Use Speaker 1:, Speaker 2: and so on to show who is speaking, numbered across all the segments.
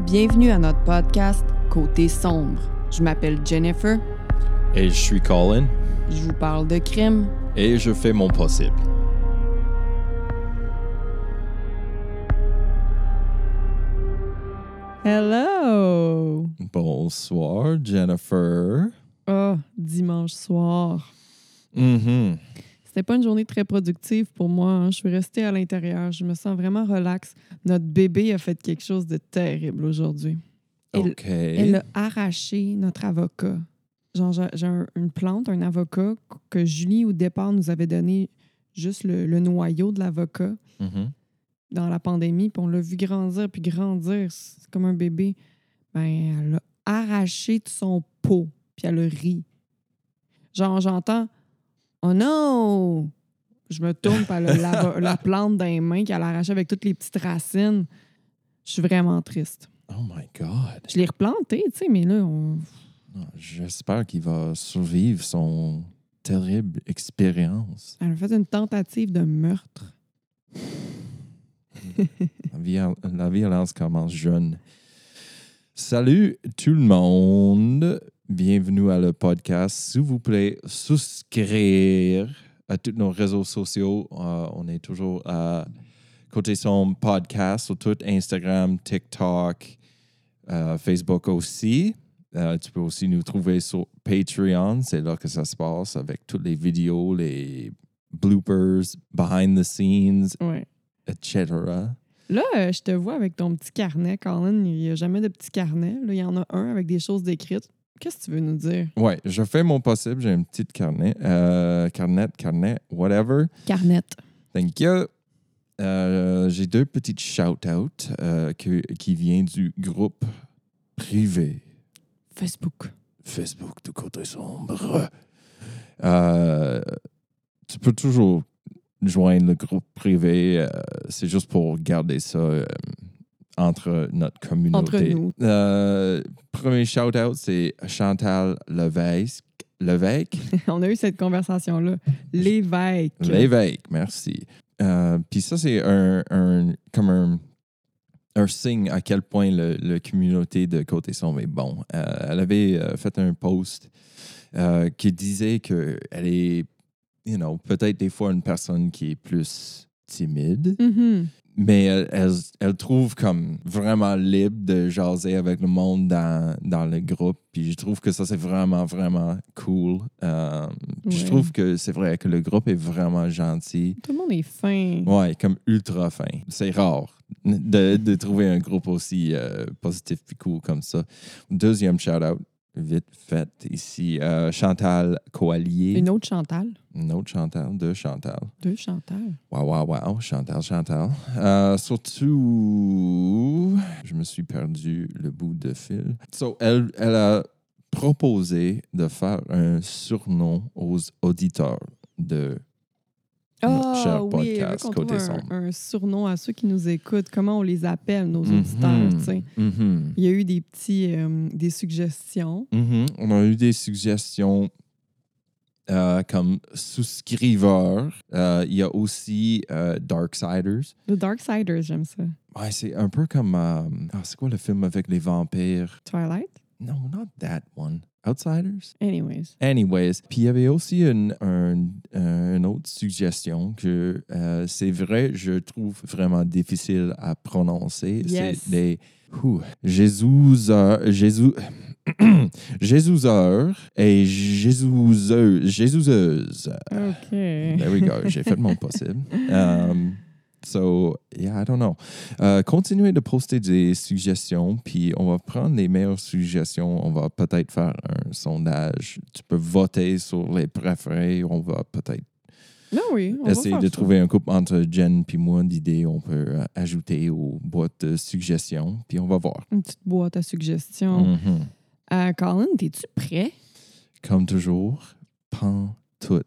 Speaker 1: Bienvenue à notre podcast Côté sombre. Je m'appelle Jennifer,
Speaker 2: Et je suis Colin
Speaker 1: je vous parle de crimes,
Speaker 2: et je fais mon possible.
Speaker 1: Hello!
Speaker 2: Bonsoir, Jennifer.
Speaker 1: Oh, dimanche soir.
Speaker 2: Mhm.
Speaker 1: C'était pas une journée très productive pour moi. hein. Je suis restée à l'intérieur. Je me sens vraiment relax. Notre bébé a fait quelque chose de terrible aujourd'hui. Elle-
Speaker 2: OK.
Speaker 1: Elle a arraché notre avocat. Genre, j'ai- j'ai un- une plante, un avocat que Julie, au départ, nous avait donné juste le, le noyau de l'avocat
Speaker 2: Mhm.
Speaker 1: dans la pandémie, puis on l'a vu grandir, puis grandir, c'est comme un bébé. Ben, elle a arraché de son pot, puis elle a ri. Genre, j'entends « Oh non! » Je me tourne, puis elle a la, la plante dans les mains qu'elle a arrachée avec toutes les petites racines. Je suis vraiment triste.
Speaker 2: Oh my God.
Speaker 1: Je l'ai replantée, tu sais, mais là, on...
Speaker 2: Non, J'espère qu'il va survivre son terrible expérience.
Speaker 1: Elle a fait une tentative de meurtre.
Speaker 2: La, viol- la violence commence jeune. Salut tout le monde. Bienvenue à le podcast. S'il vous plaît, souscrire à tous nos réseaux sociaux. Euh, on est toujours à Côté Sombre Podcast sur tout Instagram, TikTok, euh, Facebook aussi. Euh, tu peux aussi nous trouver sur Patreon. C'est là que ça se passe avec toutes les vidéos, les bloopers, behind the scenes,
Speaker 1: Ouais.
Speaker 2: etc.
Speaker 1: Là, euh, je te vois avec ton petit carnet, Colin. Il n'y a jamais de petit carnet. Là, il y en a un avec des choses décrites. Qu'est-ce que tu veux nous dire?
Speaker 2: Ouais, je fais mon possible. J'ai un petit carnet. Euh, carnet, carnet, whatever.
Speaker 1: Carnette.
Speaker 2: Thank you. Euh, J'ai deux petites shout-outs euh, que- qui viennent du groupe privé
Speaker 1: Facebook.
Speaker 2: Facebook du Côté Sombre. Euh, tu peux toujours joindre le groupe privé. euh, C'est juste pour garder ça euh, entre notre
Speaker 1: Entre
Speaker 2: communauté.
Speaker 1: nous.
Speaker 2: Euh, premier shout-out, c'est Chantal Levesque. Levesque?
Speaker 1: On a eu cette conversation-là. L'évêque.
Speaker 2: L'évêque, merci. Euh, Puis ça, c'est un, un- comme un, un signe à quel point le- la communauté de Côté Sombre est bon. Euh, elle avait euh, fait un post euh, qui disait qu'elle est, you know, peut-être des fois une personne qui est plus timide,
Speaker 1: Mhm.
Speaker 2: mais elle, elle, elle trouve comme vraiment libre de jaser avec le monde dans, dans le groupe. Puis je trouve que ça, c'est vraiment, vraiment cool. Euh, puis Je
Speaker 1: Ouais.
Speaker 2: trouve que c'est vrai que le groupe est vraiment gentil.
Speaker 1: Tout le monde est fin.
Speaker 2: Ouais, comme ultra fin. C'est rare de, de trouver un groupe aussi euh, positif et cool comme ça. Deuxième shout-out, vite fait ici, euh, Chantal Coallier.
Speaker 1: Une autre Chantal.
Speaker 2: Une autre Chantal, deux Chantal.
Speaker 1: Deux Chantal.
Speaker 2: Wow, wow, wow, Chantal, Chantal. Euh, surtout, je me suis perdu le bout de fil. So, elle, elle a proposé de faire un surnom aux auditeurs de Notre cher
Speaker 1: elle veut
Speaker 2: podcast,
Speaker 1: Ah qu'on
Speaker 2: Côté
Speaker 1: trouve
Speaker 2: sombre.
Speaker 1: un, un surnom à ceux qui nous écoutent. Comment on les appelle, nos
Speaker 2: Mhm.
Speaker 1: auditeurs, tu sais.
Speaker 2: Mhm.
Speaker 1: Il y a eu des petits... euh, des suggestions.
Speaker 2: Mhm. On a eu des suggestions euh, comme souscriveurs. Euh, Il y a aussi euh, Darksiders.
Speaker 1: The Darksiders, j'aime ça.
Speaker 2: Ouais, c'est un peu comme. euh, ah, c'est quoi le film avec les vampires?
Speaker 1: Twilight?
Speaker 2: No, not that one. Outsiders?
Speaker 1: Anyways.
Speaker 2: Anyways, puis il y avait aussi une, un- euh, une autre suggestion que euh, c'est vrai, je trouve vraiment difficile à prononcer.
Speaker 1: Yes.
Speaker 2: C'est les ouh, Jésuseur, Jésus, Jésuseur et Jésuseuse, Jésuseuse.
Speaker 1: OK.
Speaker 2: There we go, j'ai fait mon possible. Um, so, yeah, I don't know. Euh, continuez de poster des suggestions, puis on va prendre les meilleures suggestions. On va peut-être faire un sondage. Tu peux voter sur les préférés. On va peut-être
Speaker 1: Non, Ben oui. on va
Speaker 2: essayer
Speaker 1: faire
Speaker 2: de
Speaker 1: ça.
Speaker 2: trouver un couple entre Jen puis moi d'idées. On peut euh, ajouter aux boîtes de suggestions, puis on va voir.
Speaker 1: Une petite boîte à suggestions.
Speaker 2: Mhm.
Speaker 1: Euh, Colin, t'es-tu prêt?
Speaker 2: Comme toujours, pan tout.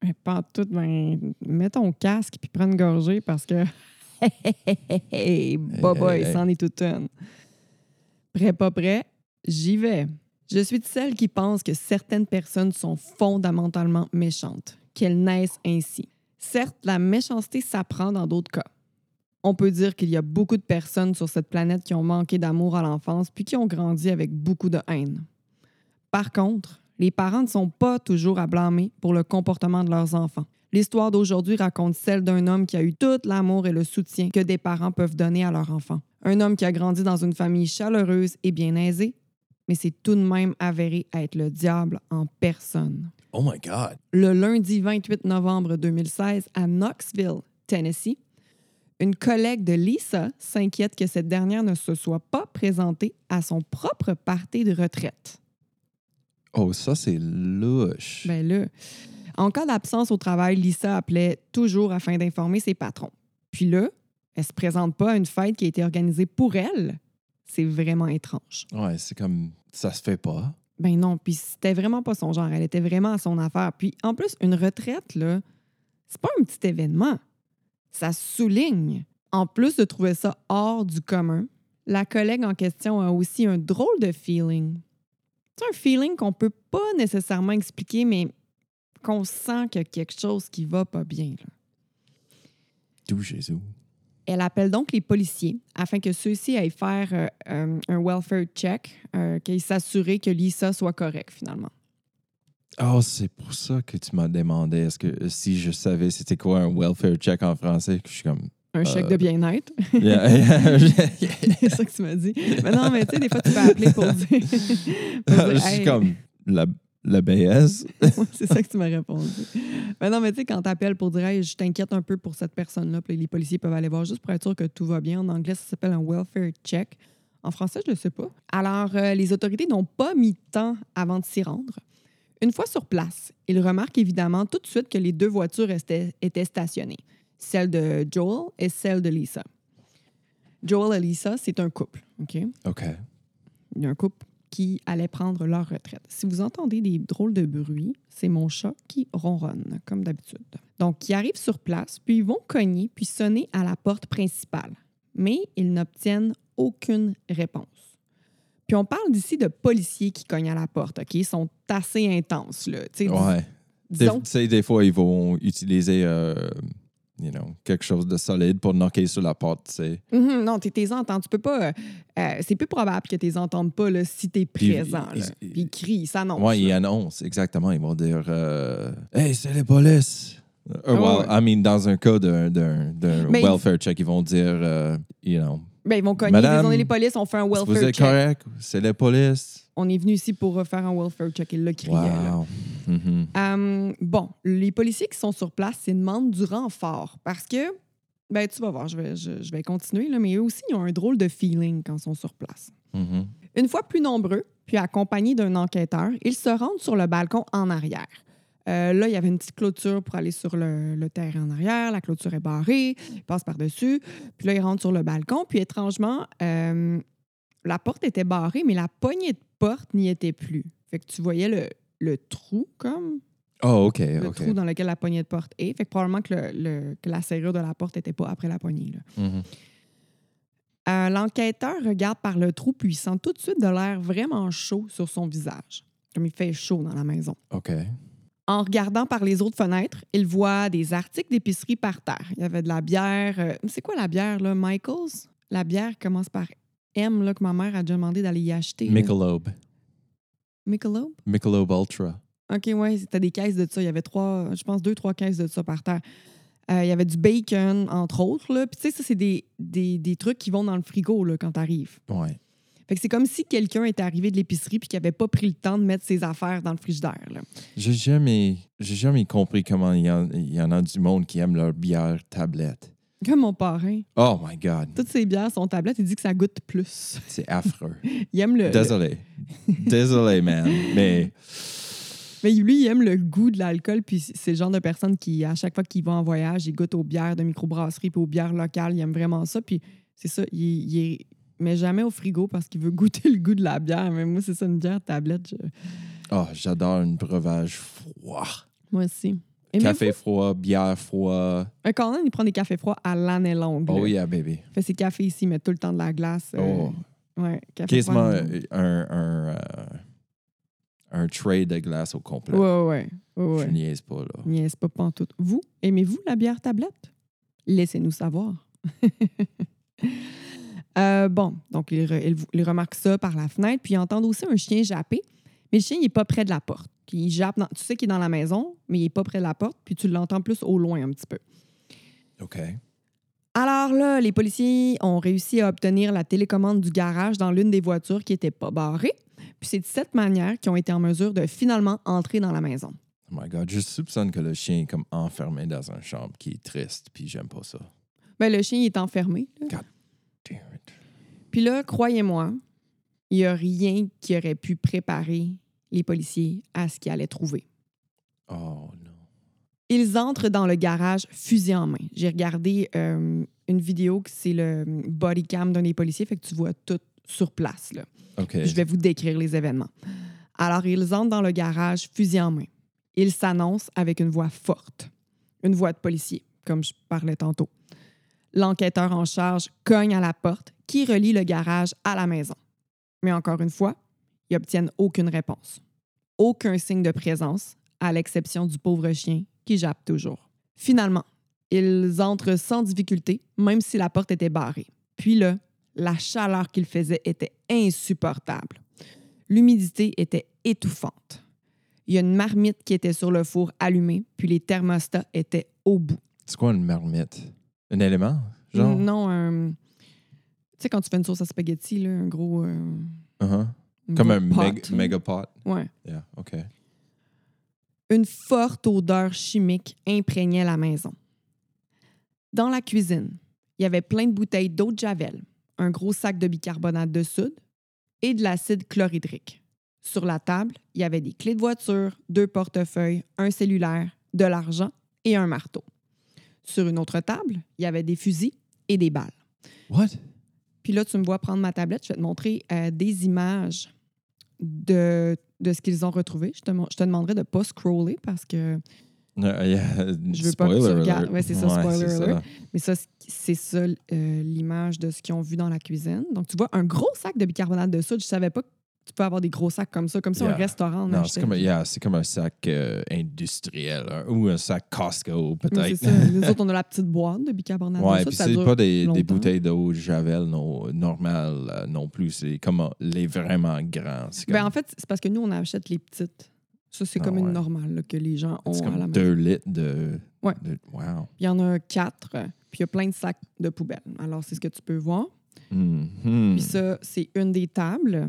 Speaker 1: Ben, pas tout, ben, mets ton casque puis prends une gorgée parce que. Hey, hey, hey, hey, bye
Speaker 2: hey,
Speaker 1: bye,
Speaker 2: hey.
Speaker 1: c'en est toute une. Prêt, pas prêt, j'y vais. Je suis de celles qui pensent que certaines personnes sont fondamentalement méchantes, qu'elles naissent ainsi. Certes, la méchanceté s'apprend dans d'autres cas. on peut dire qu'il y a beaucoup de personnes sur cette planète qui ont manqué d'amour à l'enfance puis qui ont grandi avec beaucoup de haine. Par contre, les parents ne sont pas toujours à blâmer pour le comportement de leurs enfants. L'histoire d'aujourd'hui raconte celle d'un homme qui a eu tout l'amour et le soutien que des parents peuvent donner à leur enfant. Un homme qui a grandi dans une famille chaleureuse et bien aisée, mais c'est tout de même avéré être le diable en personne.
Speaker 2: Oh my God.
Speaker 1: Le lundi 28 novembre 2016 à Knoxville, Tennessee, une collègue de Lisa s'inquiète que cette dernière ne se soit pas présentée à son propre party de retraite.
Speaker 2: Oh, ça, c'est louche.
Speaker 1: Ben là. En cas d'absence au travail, Lisa appelait toujours afin d'informer ses patrons. Puis là, elle se présente pas à une fête qui a été organisée pour elle. C'est vraiment étrange.
Speaker 2: Ouais, c'est comme ça se fait pas.
Speaker 1: Ben non, puis c'était vraiment pas son genre. Elle était vraiment à son affaire. Puis en plus, une retraite, là, c'est pas un petit événement. Ça souligne. En plus de trouver ça hors du commun, la collègue en question a aussi un drôle de feeling. C'est un feeling qu'on peut pas nécessairement expliquer, mais qu'on sent qu'il y a quelque chose qui va pas bien. là.
Speaker 2: D'où Jésus.
Speaker 1: Elle appelle donc les policiers afin que ceux-ci aillent faire euh, euh, un welfare check, euh, qu'ils s'assurent que Lisa soit correcte finalement.
Speaker 2: Oh, c'est pour ça que tu m'as demandé est-ce que euh, si je savais c'était quoi un welfare check en français, que je suis comme.
Speaker 1: Un chèque de bien-être,
Speaker 2: Yeah.
Speaker 1: c'est ça que tu m'as dit. Mais non, mais tu sais, des fois, tu peux appeler pour dire. pour dire,
Speaker 2: Ah, je suis
Speaker 1: Hey,
Speaker 2: comme la, la BS.
Speaker 1: Ouais, c'est ça que tu m'as répondu. Mais non, mais tu sais, quand t'appelles pour dire Hey, je t'inquiète un peu pour cette personne-là, puis les policiers peuvent aller voir juste pour être sûr que tout va bien. En anglais, ça s'appelle un welfare check. En français, je ne sais pas. Alors, euh, les autorités n'ont pas mis de temps avant de s'y rendre. Une fois sur place, ils remarquent évidemment tout de suite que les deux voitures restaient- étaient stationnées, celle de Joel et celle de Lisa. Joel et Lisa, c'est un couple, OK?
Speaker 2: OK.
Speaker 1: Il y a un couple qui allait prendre leur retraite. Si vous entendez des drôles de bruits, c'est mon chat qui ronronne, comme d'habitude. Donc, ils arrivent sur place, puis ils vont cogner, puis sonner à la porte principale. Mais ils n'obtiennent aucune réponse. Puis on parle d'ici de policiers qui cognent à la porte, OK? Ils sont assez intenses, là. Tu sais, dis-
Speaker 2: Ouais. Des-
Speaker 1: disons-
Speaker 2: Tu sais, des fois, ils vont utiliser euh, you know, quelque chose de solide pour knocker sur la porte, tu sais.
Speaker 1: Mhm, non, t'es t'es entends. Tu peux pas... euh, euh, c'est plus probable que t'es entendes pas, là, si t'es
Speaker 2: Puis-
Speaker 1: présent, là.
Speaker 2: ils-
Speaker 1: Puis ils crient, ils s'annoncent.
Speaker 2: Ouais,
Speaker 1: là.
Speaker 2: ils annoncent, exactement. Ils vont dire euh, Hey, c'est les polices. Euh, well, I mean, dans un cas d'un d'un- d'un
Speaker 1: Ah Mais-
Speaker 2: welfare check, ils vont dire, euh, you know,
Speaker 1: Ben, ils vont cogner,
Speaker 2: Madame,
Speaker 1: ils disent, on est les polices, on fait un
Speaker 2: si vous
Speaker 1: welfare
Speaker 2: êtes
Speaker 1: check.
Speaker 2: correct, c'est les polices.
Speaker 1: on est venu ici pour refaire un welfare check. Il l'a crié. là.
Speaker 2: Wow. Mhm.
Speaker 1: Euh, bon, les policiers qui sont sur place, ils demandent du renfort parce que, ben, tu vas voir, je vais, je, je vais continuer, là, mais eux aussi, ils ont un drôle de feeling quand ils sont sur place.
Speaker 2: Mhm.
Speaker 1: Une fois plus nombreux, puis accompagnés d'un enquêteur, ils se rendent sur le balcon en arrière. Euh, là, il y avait une petite clôture pour aller sur le, le terrain en arrière. La clôture est barrée. Ils passent par-dessus. Puis là, ils rentrent sur le balcon. Puis étrangement, euh, la porte était barrée, mais la poignée de porte n'y était plus. Fait que tu voyais le, le trou, comme
Speaker 2: Oh, OK,
Speaker 1: le
Speaker 2: OK.
Speaker 1: trou dans lequel la poignée de porte est. Fait que probablement que, le- le- que la serrure de la porte n'était pas après la poignée. là.
Speaker 2: Mhm.
Speaker 1: Euh, L'enquêteur regarde par le trou puis il sent tout de suite de l'air vraiment chaud sur son visage, comme il fait chaud dans la maison.
Speaker 2: OK.
Speaker 1: En regardant par les autres fenêtres, il voit des articles d'épicerie par terre. Il y avait de la bière. euh, c'est quoi la bière, là? Michael's? La bière commence par M, là, que ma mère a déjà demandé d'aller y acheter. là.
Speaker 2: Michelob.
Speaker 1: Michelob?
Speaker 2: Michelob Ultra.
Speaker 1: OK, ouais, c'était des caisses de ça. Il y avait trois, je pense, deux, trois caisses de ça par terre. Euh, il y avait du bacon, entre autres. Là. Puis, tu sais, ça, c'est des, des, des trucs qui vont dans le frigo là, quand t'arrives.
Speaker 2: Ouais.
Speaker 1: Fait que c'est comme si quelqu'un était arrivé de l'épicerie puis qu'il n'avait pas pris le temps de mettre ses affaires dans le frigidaire. là.
Speaker 2: J'ai jamais, j'ai jamais compris comment il y, en, il y en a du monde qui aime leur bière tablette.
Speaker 1: Comme mon parrain,
Speaker 2: Oh my God,
Speaker 1: toutes ses bières sont tablettes, il dit que ça goûte plus.
Speaker 2: c'est affreux.
Speaker 1: Il aime le, le-
Speaker 2: Désolé. Désolé, man. Mais
Speaker 1: mais lui, il aime le goût de l'alcool puis c'est le genre de personne qui à chaque fois qu'il va en voyage, il goûte aux bières de microbrasserie puis aux bières locales, il aime vraiment ça puis c'est ça, il, il est- met jamais au frigo parce qu'il veut goûter le goût de la bière, mais moi c'est ça une bière tablette, je-
Speaker 2: oh, j'adore un breuvage froid.
Speaker 1: moi aussi. Et même
Speaker 2: Café froid, bière froid.
Speaker 1: un Conan, il prend des cafés froids à l'année longue.
Speaker 2: Oh
Speaker 1: là.
Speaker 2: yeah, baby.
Speaker 1: Fait ses cafés ici, il met tout le temps de la glace. euh,
Speaker 2: Oh.
Speaker 1: Ouais, café froid à
Speaker 2: Quasiment
Speaker 1: l'année longue.
Speaker 2: un, un, euh, un tray de glace au complet.
Speaker 1: Ouais, ouais, ouais. ouais,
Speaker 2: Je
Speaker 1: ouais.
Speaker 2: niaise pas, là.
Speaker 1: Niaise pas pantoute. Vous, aimez-vous la bière tablette? Laissez-nous savoir. Euh, bon, donc ils, re- ils- ils remarquent ça par la fenêtre, puis ils entendent aussi un chien japper, mais le chien il est pas près de la porte. Puis il jappe dans- tu sais qu'il est dans la maison, mais il est pas près de la porte, puis tu l'entends plus au loin un petit peu. Mm.
Speaker 2: OK. Oh
Speaker 1: Alors là, les policiers ont réussi à obtenir la télécommande du garage dans l'une des voitures qui n'était pas barrée. Puis c'est de cette manière qu'ils ont été en mesure de finalement entrer dans la maison.
Speaker 2: Oh my God, je soupçonne que le chien est comme enfermé dans une chambre qui est triste, puis j'aime pas ça.
Speaker 1: Ben, le chien il est enfermé. là.
Speaker 2: Damn it.
Speaker 1: Puis là, croyez-moi, il n'y a rien qui aurait pu préparer les policiers à ce qu'ils allaient trouver.
Speaker 2: Oh non.
Speaker 1: Ils entrent dans le garage fusil en main. J'ai regardé euh, une vidéo que c'est le euh, body cam d'un des policiers, fait que tu vois tout sur place. Là.
Speaker 2: OK.
Speaker 1: Je vais vous décrire les événements. Alors, ils entrent dans le garage fusil en main. Ils s'annoncent avec une voix forte, une voix de policier, comme je parlais tantôt. L'enquêteur en charge cogne à la porte qui relie le garage à la maison. Mais encore une fois, ils obtiennent aucune réponse. Aucun signe de présence, à l'exception du pauvre chien qui jappe toujours. Finalement, ils entrent sans difficulté, même si la porte était barrée. Puis là, la chaleur qu'il faisait était insupportable. L'humidité était étouffante. Il y a une marmite qui était sur le four allumée, puis les thermostats étaient au bout.
Speaker 2: C'est quoi une marmite? Un élément? Genre?
Speaker 1: Non, un- tu sais, quand tu fais une sauce à spaghetti, là, un gros. euh,
Speaker 2: Uh-huh.
Speaker 1: une
Speaker 2: Comme un
Speaker 1: grosse
Speaker 2: meg-
Speaker 1: pâte, là.
Speaker 2: mégapot.
Speaker 1: Ouais.
Speaker 2: Yeah, OK.
Speaker 1: Une forte odeur chimique imprégnait la maison. Dans la cuisine, il y avait plein de bouteilles d'eau de Javel, un gros sac de bicarbonate de soude et de l'acide chlorhydrique. Sur la table, il y avait des clés de voiture, deux portefeuilles, un cellulaire, de l'argent et un marteau. Sur une autre table, il y avait des fusils et des balles.
Speaker 2: What?
Speaker 1: Puis là, tu me vois prendre ma tablette, je vais te montrer euh, des images de, de ce qu'ils ont retrouvé. Je te, mon- je te demanderai de ne pas scroller parce que
Speaker 2: Euh, yeah,
Speaker 1: Je veux pas que tu
Speaker 2: spoiler
Speaker 1: regardes.
Speaker 2: alert.
Speaker 1: Ouais, c'est ça, spoiler
Speaker 2: c'est ça.
Speaker 1: alert. Mais ça, c- c'est ça euh, l'image de ce qu'ils ont vu dans la cuisine. Donc, tu vois un gros sac de bicarbonate de soude. Je savais pas que tu peux avoir des gros sacs comme ça, comme ça, un
Speaker 2: Yeah.
Speaker 1: restaurant. hein, en
Speaker 2: Non,
Speaker 1: achetait.
Speaker 2: c'est comme, un- yeah, c'est comme un sac euh, industriel hein, ou un sac Costco,
Speaker 1: Mais
Speaker 2: peut-être.
Speaker 1: c'est ça. Nous autres, on a la petite boîte de bicarbonate
Speaker 2: Ouais,
Speaker 1: de soude.
Speaker 2: puis
Speaker 1: Ça
Speaker 2: c'est
Speaker 1: dure-
Speaker 2: pas des, des
Speaker 1: longtemps.
Speaker 2: bouteilles d'eau Javel non, normales euh, non plus. C'est comme euh, les vraiment grands. C'est comme,
Speaker 1: Ben, en fait, c'est parce que nous, on achète les petites. Ça, c'est
Speaker 2: Ah,
Speaker 1: comme
Speaker 2: ouais.
Speaker 1: une normale là, que les gens ont
Speaker 2: c'est
Speaker 1: à la
Speaker 2: comme
Speaker 1: maison.
Speaker 2: deux litres de.
Speaker 1: Ouais.
Speaker 2: de- wow.
Speaker 1: Il y en a quatre, euh, puis il y a plein de sacs de poubelle. Alors, c'est ce que tu peux voir.
Speaker 2: Mhm.
Speaker 1: Puis ça, c'est une des tables.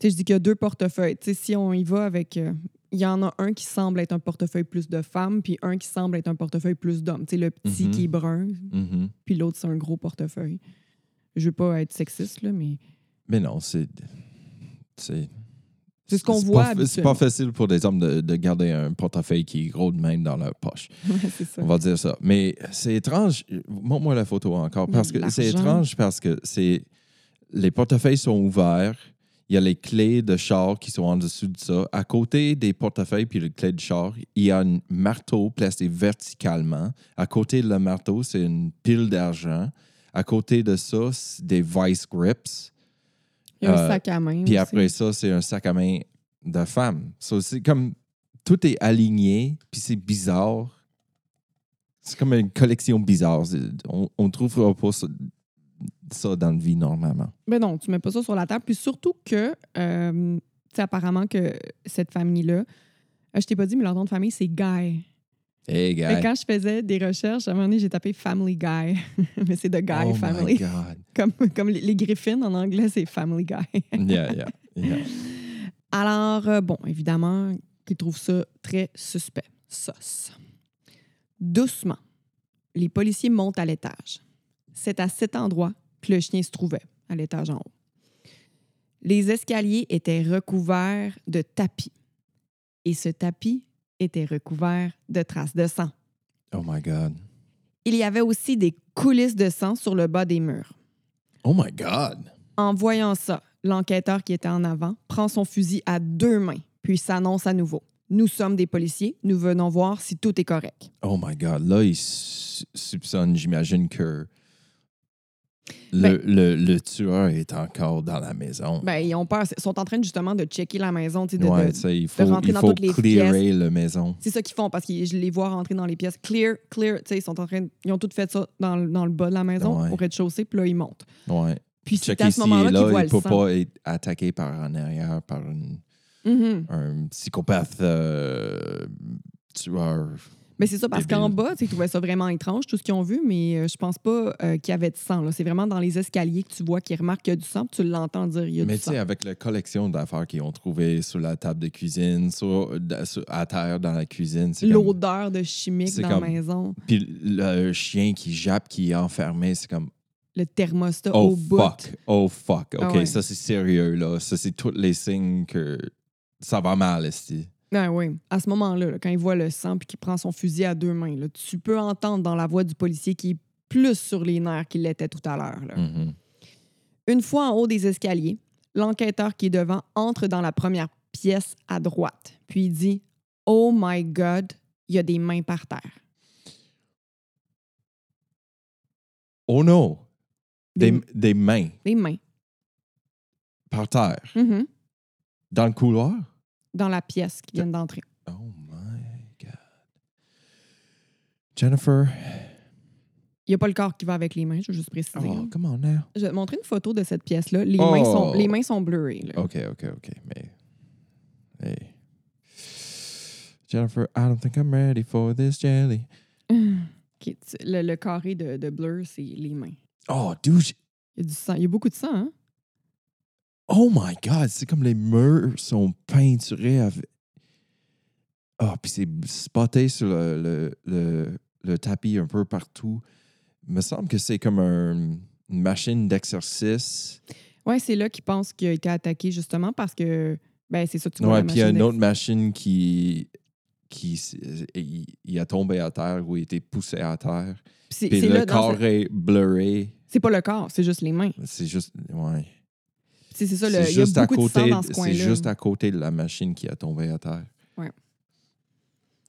Speaker 1: Tu sais, je dis qu'il y a deux portefeuilles. Tu sais, si on y va avec... euh, Il y en a un qui semble être un portefeuille plus de femmes, puis un qui semble être un portefeuille plus d'hommes. Tu sais, le petit
Speaker 2: Mhm.
Speaker 1: qui est brun,
Speaker 2: Mhm.
Speaker 1: puis l'autre, c'est un gros portefeuille. Je veux pas être sexiste, là, mais...
Speaker 2: Mais non, c'est. C'est
Speaker 1: C'est ce qu'on
Speaker 2: c'est
Speaker 1: voit
Speaker 2: pas fa- C'est
Speaker 1: habituellement.
Speaker 2: pas facile pour des hommes de, de garder un portefeuille qui est gros de même dans leur poche.
Speaker 1: Ouais, c'est ça.
Speaker 2: On va dire ça. Mais c'est étrange. Montre-moi la photo encore.
Speaker 1: Il y a
Speaker 2: Parce
Speaker 1: de
Speaker 2: que c'est
Speaker 1: l'argent.
Speaker 2: étrange parce que c'est les portefeuilles sont ouverts. Il y a les clés de char qui sont en dessous de ça. À côté des portefeuilles puis les clés de char, il y a un marteau placé verticalement. À côté de le marteau, c'est une pile d'argent. À côté de ça, c'est des vice grips.
Speaker 1: Il y a un
Speaker 2: Euh,
Speaker 1: sac à main
Speaker 2: Puis
Speaker 1: aussi.
Speaker 2: après ça, c'est un sac à main de femme. So, c'est comme tout est aligné, puis c'est bizarre. C'est comme une collection bizarre. C'est- On, on trouvera pas ça, ça dans la vie normalement.
Speaker 1: Ben non, tu mets pas ça sur la table. Puis surtout que, euh, tu sais, apparemment que cette famille-là... euh, Je t'ai pas dit, mais leur nom de famille, c'est Guy.
Speaker 2: Hey, guy.
Speaker 1: Fait que quand je faisais des recherches, à un moment donné, j'ai tapé Family Guy. Mais c'est de Guy
Speaker 2: oh my
Speaker 1: Family.
Speaker 2: God.
Speaker 1: Comme, comme les, les griffins en anglais, c'est Family Guy.
Speaker 2: Yeah, yeah, yeah.
Speaker 1: Alors, euh, bon, évidemment, qu'ils trouvent ça très suspect. Sauce. Doucement, les policiers montent à l'étage. C'est à cet endroit que le chien se trouvait, à l'étage en haut. Les escaliers étaient recouverts de tapis. Et ce tapis était recouvert de traces de sang.
Speaker 2: Oh my God.
Speaker 1: Il y avait aussi des coulisses de sang sur le bas des murs.
Speaker 2: Oh my God.
Speaker 1: En voyant ça, l'enquêteur qui était en avant prend son fusil à deux mains, puis s'annonce à nouveau. Nous sommes des policiers, nous venons voir si tout est correct.
Speaker 2: Oh my God. Là, il s- soupçonne, j'imagine, que Le, le- le tueur est encore dans la maison.
Speaker 1: Ben, ils ont peur. Ils sont en train justement de checker la maison. tu sais, de- de-
Speaker 2: ouais, ça, il faut,
Speaker 1: rentrer
Speaker 2: il
Speaker 1: dans
Speaker 2: faut
Speaker 1: toutes les
Speaker 2: clearer la maison.
Speaker 1: C'est ça qu'ils font parce que je les vois rentrer dans les pièces. Clear, clear. Tu sais, ils sont en train. de- Ils ont tout fait ça dans, le- dans le bas de la maison
Speaker 2: Ouais.
Speaker 1: au rez-de-chaussée, puis là, ils montent.
Speaker 2: Ouais.
Speaker 1: Puis c'est
Speaker 2: Checker
Speaker 1: à ce
Speaker 2: s'il est
Speaker 1: moment-là qu'ils
Speaker 2: là,
Speaker 1: voient
Speaker 2: il
Speaker 1: le
Speaker 2: ne peut
Speaker 1: sang.
Speaker 2: pas être attaqué par en arrière par une-
Speaker 1: Mhm.
Speaker 2: un psychopathe euh, tueur.
Speaker 1: Mais c'est ça, parce
Speaker 2: Débile.
Speaker 1: qu'en bas, tu sais, ils trouvaient ça vraiment étrange, tout ce qu'ils ont vu, mais euh, je pense pas euh, qu'il y avait de sang. là. C'est vraiment dans les escaliers que tu vois qu'ils remarquent qu'il y a du sang, puis tu l'entends dire il y a
Speaker 2: Mais
Speaker 1: du
Speaker 2: tu
Speaker 1: sang.
Speaker 2: sais, avec la collection d'affaires qu'ils ont trouvées sur la table de cuisine, sur, d- sur- à terre dans la cuisine, c'est comme-
Speaker 1: L'odeur de chimique
Speaker 2: c'est
Speaker 1: dans
Speaker 2: comme-
Speaker 1: la maison,
Speaker 2: Puis le chien qui jappe, qui est enfermé, c'est comme
Speaker 1: le thermostat
Speaker 2: Oh
Speaker 1: au bout.
Speaker 2: fuck, oh fuck. OK,
Speaker 1: Ah ouais.
Speaker 2: ça c'est sérieux, là. Ça c'est tous les signes que ça va mal, esti.
Speaker 1: Ah oui. À ce moment-là, là, quand il voit le sang puis qu'il prend son fusil à deux mains, là, tu peux entendre dans la voix du policier qui est plus sur les nerfs qu'il l'était tout à l'heure. là.
Speaker 2: Mhm.
Speaker 1: Une fois en haut des escaliers, l'enquêteur qui est devant entre dans la première pièce à droite, puis il dit Oh my God, il y a des mains par terre.
Speaker 2: Oh non,
Speaker 1: Des,
Speaker 2: des, des mains
Speaker 1: des mains.
Speaker 2: par terre,
Speaker 1: Mhm.
Speaker 2: dans le couloir.
Speaker 1: Dans la pièce qui vient d'entrer.
Speaker 2: Oh my God. Jennifer,
Speaker 1: Il n'y a pas le corps qui va avec les mains, je veux juste préciser. là.
Speaker 2: oh, come on now.
Speaker 1: Je vais te montrer une photo de cette pièce-là. Les,
Speaker 2: Oh.
Speaker 1: mains sont, les mains sont blurrées. là.
Speaker 2: OK, OK, OK, mais... Hey. Jennifer, I don't think I'm ready for this jelly.
Speaker 1: Ok, tu- le, le carré de, de blur, c'est les mains.
Speaker 2: Oh, douche.
Speaker 1: Il y a du sang. Il y a beaucoup de sang, hein?
Speaker 2: Oh my God, c'est comme les murs sont peinturés avec. Ah, puis c'est spoté sur le, le, le- le tapis un peu partout. Il me semble que c'est comme un- une machine d'exercice.
Speaker 1: Ouais, c'est là qu'il pense qu'il a été attaqué justement parce que ben c'est ça tu vois.
Speaker 2: Ouais,
Speaker 1: la
Speaker 2: puis il y a
Speaker 1: machine
Speaker 2: une
Speaker 1: d'ex-
Speaker 2: autre machine qui. qui s- il, il a tombé à terre ou il a été poussé à terre.
Speaker 1: Puis C'est
Speaker 2: Puis
Speaker 1: c'est
Speaker 2: le
Speaker 1: là dans
Speaker 2: corps
Speaker 1: ce-
Speaker 2: est blurré.
Speaker 1: C'est pas le corps, c'est juste les mains.
Speaker 2: C'est juste. Ouais.
Speaker 1: Puis C'est c'est ça, le-
Speaker 2: C'est
Speaker 1: il y a
Speaker 2: juste, à
Speaker 1: beaucoup de sang
Speaker 2: côté-
Speaker 1: dans ce
Speaker 2: c'est
Speaker 1: coin-là.
Speaker 2: juste à côté de la machine qui a tombé à terre.
Speaker 1: Ouais.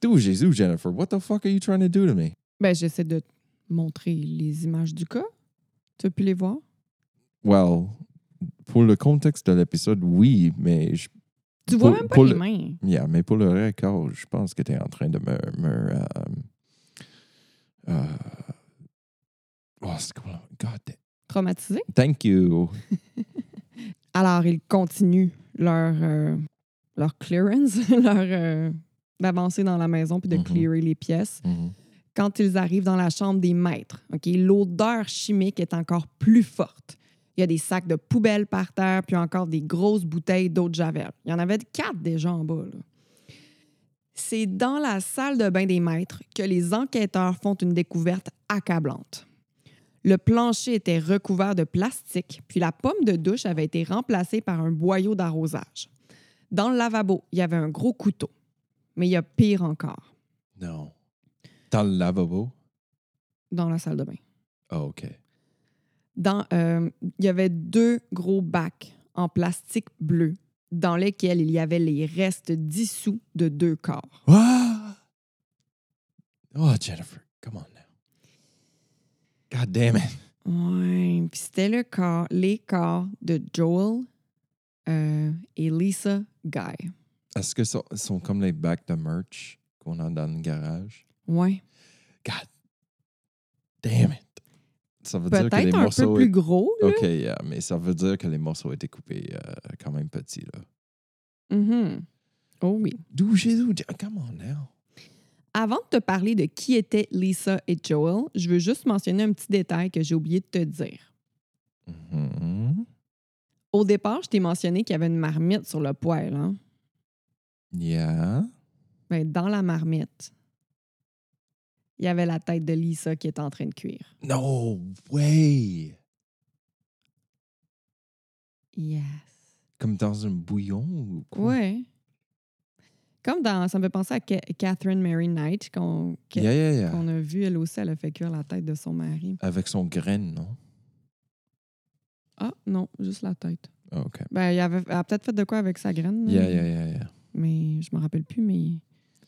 Speaker 2: D'où Jésus, Jennifer? What the fuck are you trying to do to me?
Speaker 1: Ben, j'essaie de te montrer les images du cas. Tu as pu les voir?
Speaker 2: Well, pour le contexte de l'épisode, oui, mais je,
Speaker 1: Tu
Speaker 2: Pour-
Speaker 1: vois même pas
Speaker 2: pour
Speaker 1: les
Speaker 2: le-
Speaker 1: mains.
Speaker 2: yeah, mais pour le record, je pense que tu es en train de me. me, euh, euh, oh, c'est quoi? God damn.
Speaker 1: Traumatisé.
Speaker 2: Thank you.
Speaker 1: Alors, ils continuent leur, euh, leur clearance, leur euh, d'avancer dans la maison puis de
Speaker 2: Mhm.
Speaker 1: clearer les pièces.
Speaker 2: Mhm.
Speaker 1: Quand ils arrivent dans la chambre des maîtres, ok, l'odeur chimique est encore plus forte. Il y a des sacs de poubelles par terre, puis encore des grosses bouteilles d'eau de Javel. Il y en avait quatre déjà en bas. là. C'est dans la salle de bain des maîtres que les enquêteurs font une découverte accablante. Le plancher était recouvert de plastique, puis la pomme de douche avait été remplacée par un boyau d'arrosage. Dans le lavabo, il y avait un gros couteau. Mais il y a pire encore,
Speaker 2: Non. Dans le lavabo?
Speaker 1: dans la salle de bain.
Speaker 2: Ah, OK.
Speaker 1: Dans, euh, il y avait deux gros bacs en plastique bleu dans lesquels il y avait les restes dissous de deux corps.
Speaker 2: Ah! Oh, Jennifer, come on now. God damn it.
Speaker 1: Ouais, puis c'était le corps, les corps de Joel euh, et Lisa Guy.
Speaker 2: Est-ce que ça sont comme les bacs de merch qu'on a dans le garage?
Speaker 1: Ouais,
Speaker 2: God damn it. Ça veut dire que les
Speaker 1: peut-être un peu
Speaker 2: morceaux.
Speaker 1: plus gros. là.
Speaker 2: Ok, yeah, mais ça veut dire que les morceaux étaient coupés euh, quand même petits, là.
Speaker 1: Mhm. Oh oui.
Speaker 2: D'où Jésus? Jen- Come on now.
Speaker 1: Avant de te parler de qui étaient Lisa et Joel, je veux juste mentionner un petit détail que j'ai oublié de te dire.
Speaker 2: Mhm.
Speaker 1: Au départ, je t'ai mentionné qu'il y avait une marmite sur le poêle. Hein?
Speaker 2: Yeah.
Speaker 1: Ben, dans la marmite, il y avait la tête de Lisa qui est en train de cuire.
Speaker 2: No way!
Speaker 1: Yes.
Speaker 2: Comme dans un bouillon ou quoi?
Speaker 1: Ouais. Comme dans, ça me fait penser à Ca- Catherine Mary Knight qu'on que-
Speaker 2: Yeah, yeah, yeah.
Speaker 1: qu'on a vu, elle aussi, elle a fait cuire la tête de son mari.
Speaker 2: Avec son graine, non?
Speaker 1: Ah non, juste la tête.
Speaker 2: Ah, OK.
Speaker 1: Ben, il avait- elle a peut-être fait de quoi avec sa graine. là,
Speaker 2: Yeah, yeah, yeah, yeah.
Speaker 1: Mais je me rappelle plus, mais...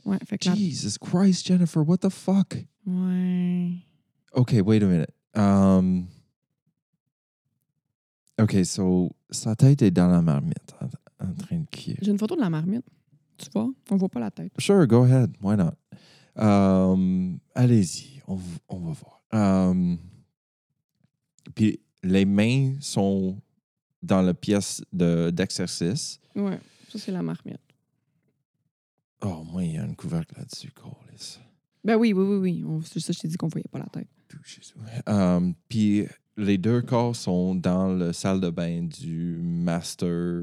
Speaker 1: Ouais, fait que la-
Speaker 2: Jesus Christ, Jennifer, what the fuck?
Speaker 1: Ouais.
Speaker 2: Okay, wait a minute. Um, OK, so, sa tête est dans la marmite, en, en train de cuire.
Speaker 1: J'ai une photo de la marmite. Tu vois, on voit pas la tête.
Speaker 2: Sure, go ahead. Why not? Um, Allez-y, on, v- on va voir. Um, puis les mains sont dans la pièce de- d'exercice.
Speaker 1: Ouais, ça c'est la marmite.
Speaker 2: oh, moi, il y a un couvercle là-dessus. câlisse.
Speaker 1: Ben oui, oui, oui, oui. On- C'est ça, je t'ai dit qu'on voyait pas la tête.
Speaker 2: Um, puis les deux corps sont dans la salle de bain du master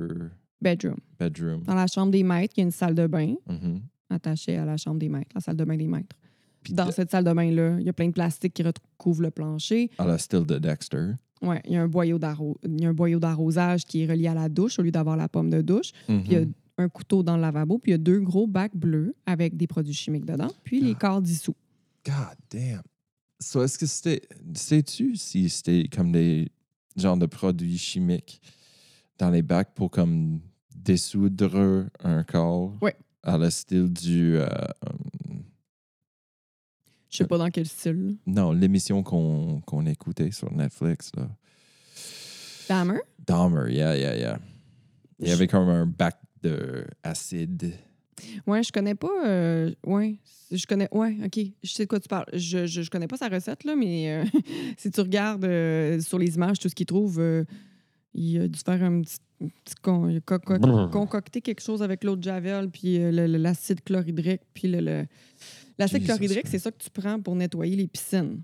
Speaker 1: Bedroom.
Speaker 2: bedroom.
Speaker 1: Dans la chambre des maîtres, il y a une salle de bain
Speaker 2: Mhm.
Speaker 1: attachée à la chambre des maîtres, la salle de bain des maîtres.
Speaker 2: Puis
Speaker 1: Dans
Speaker 2: de-
Speaker 1: cette salle de bain-là, il y a plein de plastique qui recouvre le plancher.
Speaker 2: à la style de Dexter.
Speaker 1: Ouais, il y a un boyau d'arro- il y a un boyau d'arrosage qui est relié à la douche au lieu d'avoir la pomme de douche. Puis il y a
Speaker 2: Mhm.
Speaker 1: un couteau dans le lavabo, puis il y a deux gros bacs bleus avec des produits chimiques dedans, puis
Speaker 2: Ah.
Speaker 1: les corps dissous.
Speaker 2: God damn. So, est-ce que c'était. Sais-tu si c'était comme des genres de produits chimiques dans les bacs pour comme dissoudre un corps?
Speaker 1: Ouais.
Speaker 2: À la style du. euh,
Speaker 1: Je sais pas dans quel style.
Speaker 2: non, l'émission qu'on qu'on écoutait sur Netflix, là.
Speaker 1: Dahmer?
Speaker 2: Dahmer, yeah, yeah, yeah. Il y avait comme un bac de acide.
Speaker 1: Ouais, je connais pas. euh, ouais, je connais. Ouais, OK. Je sais de quoi tu parles. Je, je, je connais pas sa recette, là, mais euh, si tu regardes euh, sur les images tout ce qu'il trouve, euh, il a dû faire un petit. un petit con- il a conco-
Speaker 2: Brrr.
Speaker 1: concocter quelque chose avec l'eau de Javel, puis euh, le- le- l'acide chlorhydrique, puis le. le- L'acide
Speaker 2: Jesus
Speaker 1: chlorhydrique,
Speaker 2: Christ.
Speaker 1: c'est ça que tu prends pour nettoyer les piscines.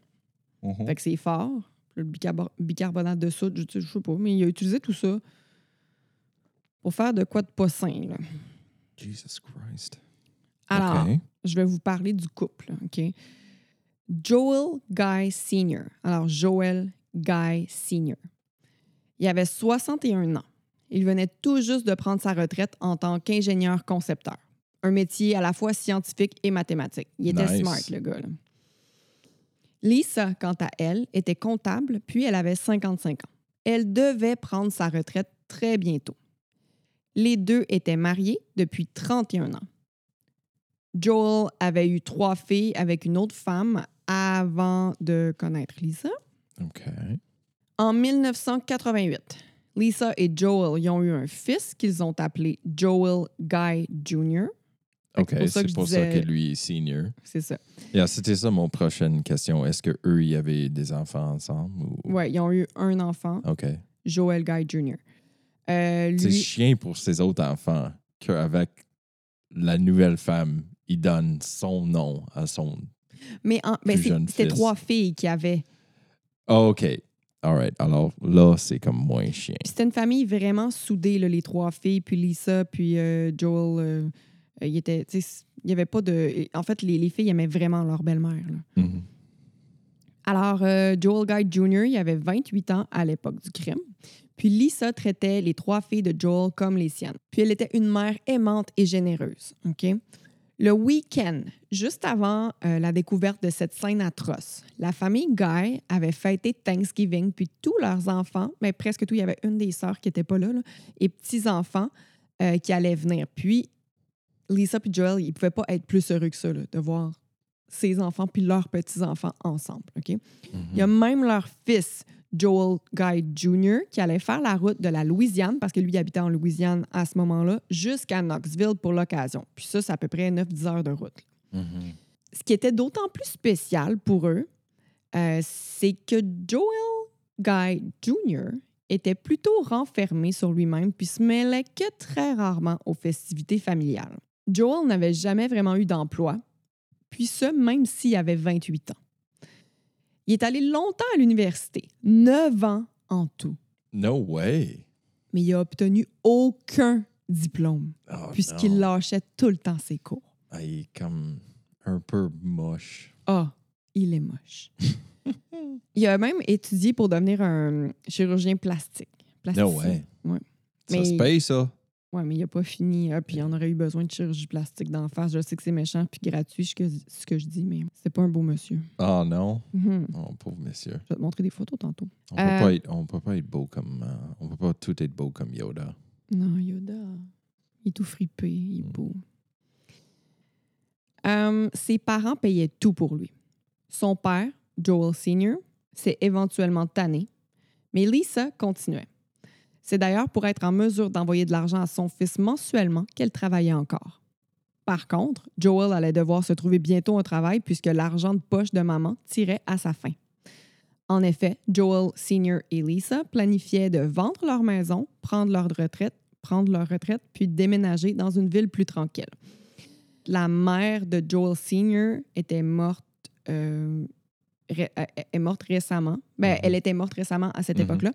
Speaker 2: Mhm.
Speaker 1: Fait que c'est fort. Le bicarbo- bicarbonate de soude, je, je sais pas, mais il a utilisé tout ça pour faire de quoi de pas sain. là.
Speaker 2: Jesus Christ.
Speaker 1: Alors,
Speaker 2: OK.
Speaker 1: je vais vous parler du couple, OK? Joel Guy Sr. Alors, Joel Guy Sr. Il avait 61 ans. Il venait tout juste de prendre sa retraite en tant qu'ingénieur concepteur. Un métier à la fois scientifique et mathématique. Il était
Speaker 2: Nice.
Speaker 1: smart, le gars. là. Lisa, quant à elle, était comptable, puis elle avait 55 ans. Elle devait prendre sa retraite très bientôt. Les deux étaient mariés depuis 31 ans. Joel avait eu trois filles avec une autre femme avant de connaître Lisa.
Speaker 2: OK.
Speaker 1: En 1988, Lisa et Joel ils ont eu un fils qu'ils ont appelé Joel Guy Jr.
Speaker 2: OK,
Speaker 1: pour ça que
Speaker 2: c'est
Speaker 1: je
Speaker 2: pour ça que
Speaker 1: disais-
Speaker 2: lui est senior.
Speaker 1: C'est ça.
Speaker 2: Yeah, C'était ça mon prochaine question. Est-ce que eux, il y avait des enfants ensemble? Ou...
Speaker 1: Ouais, ils ont eu un enfant,
Speaker 2: OK.
Speaker 1: Joel Guy Jr. Euh,
Speaker 2: C'est
Speaker 1: lui,
Speaker 2: chien pour ses autres enfants qu'avec la nouvelle femme, il donne son nom à son.
Speaker 1: mais en- ben,
Speaker 2: plus
Speaker 1: c'est-
Speaker 2: jeune
Speaker 1: c'était
Speaker 2: fils.
Speaker 1: trois filles qu'il y avait.
Speaker 2: Ah, OK. All right. Alors là, c'est comme moins chien.
Speaker 1: Puis c'était une famille vraiment soudée, là, les trois filles, puis Lisa, puis euh, Joel. euh, euh, il était, tu sais, il y avait pas de. En fait, les, les filles aimaient vraiment leur belle-mère. là.
Speaker 2: Mhm.
Speaker 1: Alors, euh, Joel Guy Jr., il avait 28 ans à l'époque du crime. Puis Lisa traitait les trois filles de Joel comme les siennes. Puis elle était une mère aimante et généreuse. OK? Le week-end, juste avant euh, la découverte de cette scène atroce, la famille Guy avait fêté Thanksgiving, puis tous leurs enfants, mais presque tous, il y avait une des sœurs qui n'était pas là, là, et petits-enfants euh, qui allaient venir. Puis Lisa puis Joel, ils ne pouvaient pas être plus heureux que ça, là, de voir ses enfants puis leurs petits-enfants ensemble. OK? Il y a même leur fils, Joel Guy Jr., qui allait faire la route de la Louisiane, parce que lui il habitait en Louisiane à ce moment-là, jusqu'à Knoxville pour l'occasion. Puis ça, c'est à peu près 9-10 heures de route.
Speaker 2: Mhm.
Speaker 1: Ce qui était d'autant plus spécial pour eux, euh, c'est que Joel Guy Jr. était plutôt renfermé sur lui-même puis se mêlait que très rarement aux festivités familiales. Joel n'avait jamais vraiment eu d'emploi, puis ce, même s'il avait 28 ans. Il est allé longtemps à l'université, 9 ans en tout,
Speaker 2: No way.
Speaker 1: mais il a obtenu aucun diplôme,
Speaker 2: Oh,
Speaker 1: puisqu'il
Speaker 2: non.
Speaker 1: lâchait tout le temps ses cours.
Speaker 2: Ah, Il est comme un peu moche.
Speaker 1: Ah, il est moche. il a même étudié pour devenir un chirurgien plastique.
Speaker 2: No
Speaker 1: Plasticien.
Speaker 2: way.
Speaker 1: Ouais.
Speaker 2: Ça
Speaker 1: Mais-
Speaker 2: se paye, ça.
Speaker 1: Ouais, mais il n'a pas fini. Ah, puis il en aurait eu besoin de chirurgie plastique d'en face. Je sais que c'est méchant puis gratuit ce que, ce que je dis, mais c'est pas un beau monsieur.
Speaker 2: Ah non.
Speaker 1: Mhm.
Speaker 2: Oh, pauvre monsieur.
Speaker 1: Je vais te montrer des photos tantôt.
Speaker 2: On
Speaker 1: Euh,
Speaker 2: ne peut pas être beau comme. euh, on peut pas tout être beau comme Yoda.
Speaker 1: Non, Yoda. Il est tout fripé, il est beau. Euh, ses parents payaient tout pour lui. Son père, Joel Sr., s'est éventuellement tanné, mais Lisa continuait. C'est d'ailleurs pour être en mesure d'envoyer de l'argent à son fils mensuellement qu'elle travaillait encore. Par contre, Joel allait devoir se trouver bientôt un travail puisque l'argent de poche de maman tirait à sa fin. En effet, Joel Sr. et Lisa planifiaient de vendre leur maison, prendre leur retraite, prendre leur retraite, puis déménager dans une ville plus tranquille. La mère de Joel Sr. était morte, euh, ré- euh, est morte récemment. Ben,
Speaker 2: Mhm.
Speaker 1: Elle était morte récemment à cette
Speaker 2: Mhm.
Speaker 1: époque-là.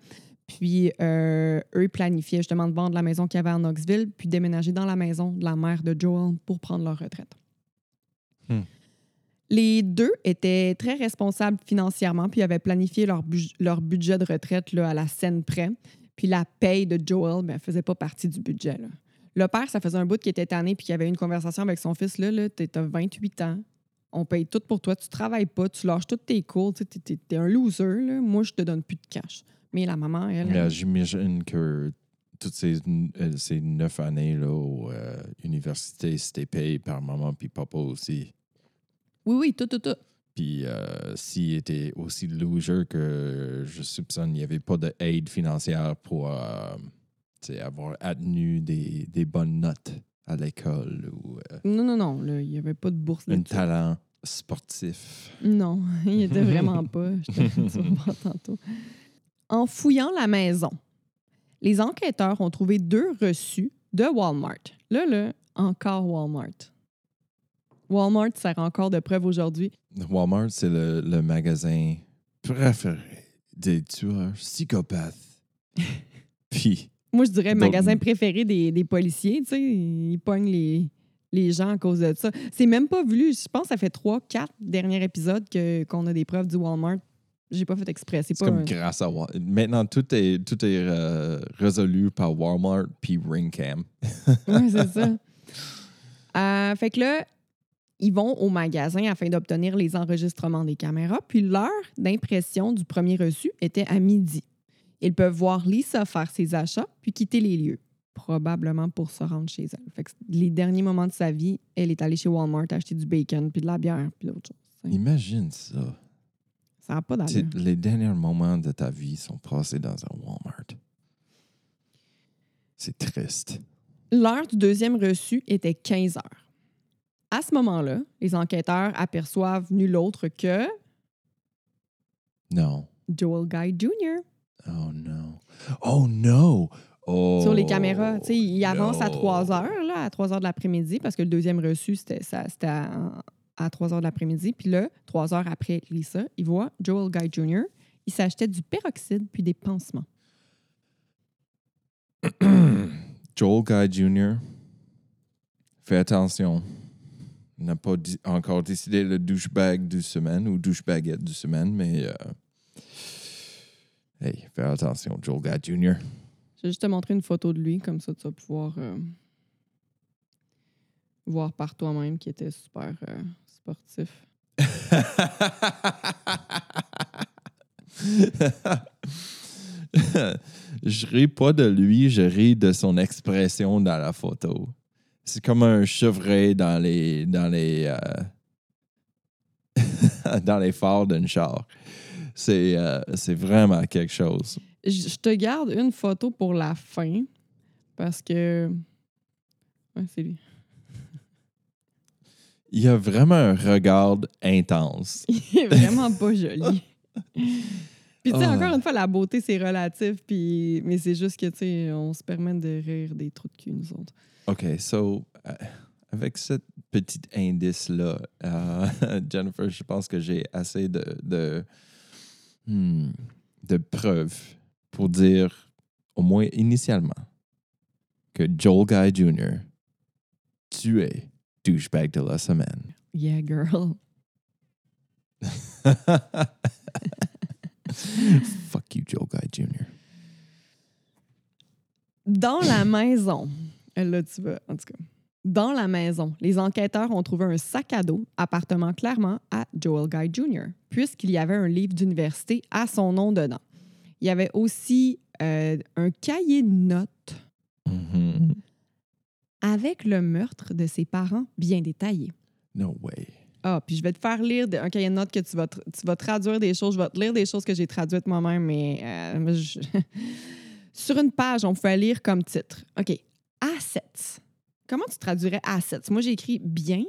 Speaker 1: Puis euh, eux planifiaient justement de vendre la maison qu'il y avait à Knoxville, puis déménager dans la maison de la mère de Joel pour prendre leur retraite.
Speaker 2: Hmm.
Speaker 1: Les deux étaient très responsables financièrement, puis avaient planifié leur, bu- leur budget de retraite là, à la scène près. Puis la paye de Joel ne faisait pas partie du budget. là. Le père, ça faisait un bout qui était tanné, puis qu'il avait eu une conversation avec son fils. Là, là t'es- t'as 28 ans, on paye tout pour toi, tu travailles pas, tu lâches tous tes cours, tu sais, t'es, t'es- t'es un loser, là. moi je te donne plus de cash. Mais la maman, elle,
Speaker 2: Mais, euh, J'imagine que toutes ces, euh, ces neuf années-là à l'université, euh, c'était payé par maman puis papa aussi.
Speaker 1: oui, oui, tout, tout, tout.
Speaker 2: Puis euh, s'il était aussi loser que je soupçonne, il n'y avait pas d'aide financière pour euh, tu sais, avoir obtenu des, des bonnes notes à l'école ou euh,
Speaker 1: Non, non, non, là, il n'y avait pas de bourse
Speaker 2: un
Speaker 1: là-dessus.
Speaker 2: talent sportif.
Speaker 1: Non, il était vraiment pas. Je te- tu vas voir tantôt. En fouillant la maison, les enquêteurs ont trouvé deux reçus de Walmart. Là, là, encore Walmart. Walmart sert encore de preuve aujourd'hui.
Speaker 2: Walmart, c'est le, le magasin préféré des tueurs psychopathes. Puis,
Speaker 1: Moi, je dirais
Speaker 2: Donc-
Speaker 1: magasin préféré des, des policiers. Tu sais, ils pognent les, les gens à cause de ça. C'est même pas voulu. Je pense que ça fait trois, quatre derniers épisodes que- qu'on a des preuves du Walmart. J'ai pas fait exprès. C'est
Speaker 2: c'est
Speaker 1: pas.
Speaker 2: comme
Speaker 1: un-
Speaker 2: grâce à Walmart. Maintenant, tout est, tout est euh, résolu par Walmart puis Ring Cam.
Speaker 1: Mm. Oui, c'est ça. Euh, fait que là, ils vont au magasin afin d'obtenir les enregistrements des caméras, puis l'heure d'impression du premier reçu était à midi. Ils peuvent voir Lisa faire ses achats, puis quitter les lieux, probablement pour se rendre chez elle. Fait que les derniers moments de sa vie, elle est allée chez Walmart acheter du bacon, puis de la bière, puis d'autres choses.
Speaker 2: Imagine ça.
Speaker 1: Ça n'a pas d'allure.
Speaker 2: C'est- Les derniers moments de ta vie sont passés dans un Walmart. C'est triste.
Speaker 1: L'heure du deuxième reçu était 15 heures. À ce moment-là, les enquêteurs aperçoivent nul autre que
Speaker 2: Non.
Speaker 1: Joel Guy Jr.
Speaker 2: Oh non. Oh non. Oh,
Speaker 1: sur les caméras. Tu sais, il avance à
Speaker 2: no.
Speaker 1: 3 heures, là, à 3 heures de l'après-midi, parce que le deuxième reçu, c'était ça- c'était à, à 3 heures de l'après-midi. Puis là, 3 heures après Lisa, il voit Joel Guy Jr. Il s'achetait du peroxyde puis des pansements.
Speaker 2: Joel Guy Jr., fais attention. Il n'a pas di- encore décidé le douchebag du semaine ou douchebaguette du semaine, mais. euh, Hey, fais attention, Joel Guy Jr.
Speaker 1: Je vais juste te montrer une photo de lui, comme ça tu vas pouvoir euh, voir par toi-même qu'il était super euh, sportif.
Speaker 2: je ris pas de lui, je ris de son expression dans la photo. C'est comme un chevreuil dans les dans les euh, dans les phares d'un char. C'est euh, c'est vraiment quelque chose.
Speaker 1: Je je te garde une photo pour la fin, parce que. Ouais, c'est lui.
Speaker 2: Il a vraiment un regard intense.
Speaker 1: Il est vraiment pas joli. puis tu sais,
Speaker 2: Ah.
Speaker 1: encore une fois, la beauté, c'est relatif, puis... mais c'est juste que, tu sais, on se permet de rire des trous de cul, nous autres.
Speaker 2: OK, so, euh, avec ce petit indice-là, euh, Jennifer, je pense que j'ai assez de, de, hmm, de preuves pour dire, au moins initialement, que Joel Guy Jr. tuait douchebag de la semaine.
Speaker 1: Yeah, girl.
Speaker 2: Fuck you, Joel Guy Jr.
Speaker 1: Dans la maison, elle, là, tu vas, en tout cas. Dans la maison, les enquêteurs ont trouvé un sac à dos appartenant clairement à Joel Guy Jr., puisqu'il y avait un livre d'université à son nom dedans. Il y avait aussi euh, un cahier de notes
Speaker 2: Mhm.
Speaker 1: avec le meurtre de ses parents bien détaillé.
Speaker 2: No way.
Speaker 1: Ah, puis je vais te faire lire de- un cahier de notes que tu vas, tr- tu vas traduire des choses. Je vais te lire des choses que j'ai traduites moi-même, mais euh, je- sur une page, on fait lire comme titre. OK. Assets. Comment tu traduirais assets? Moi, j'ai écrit bien,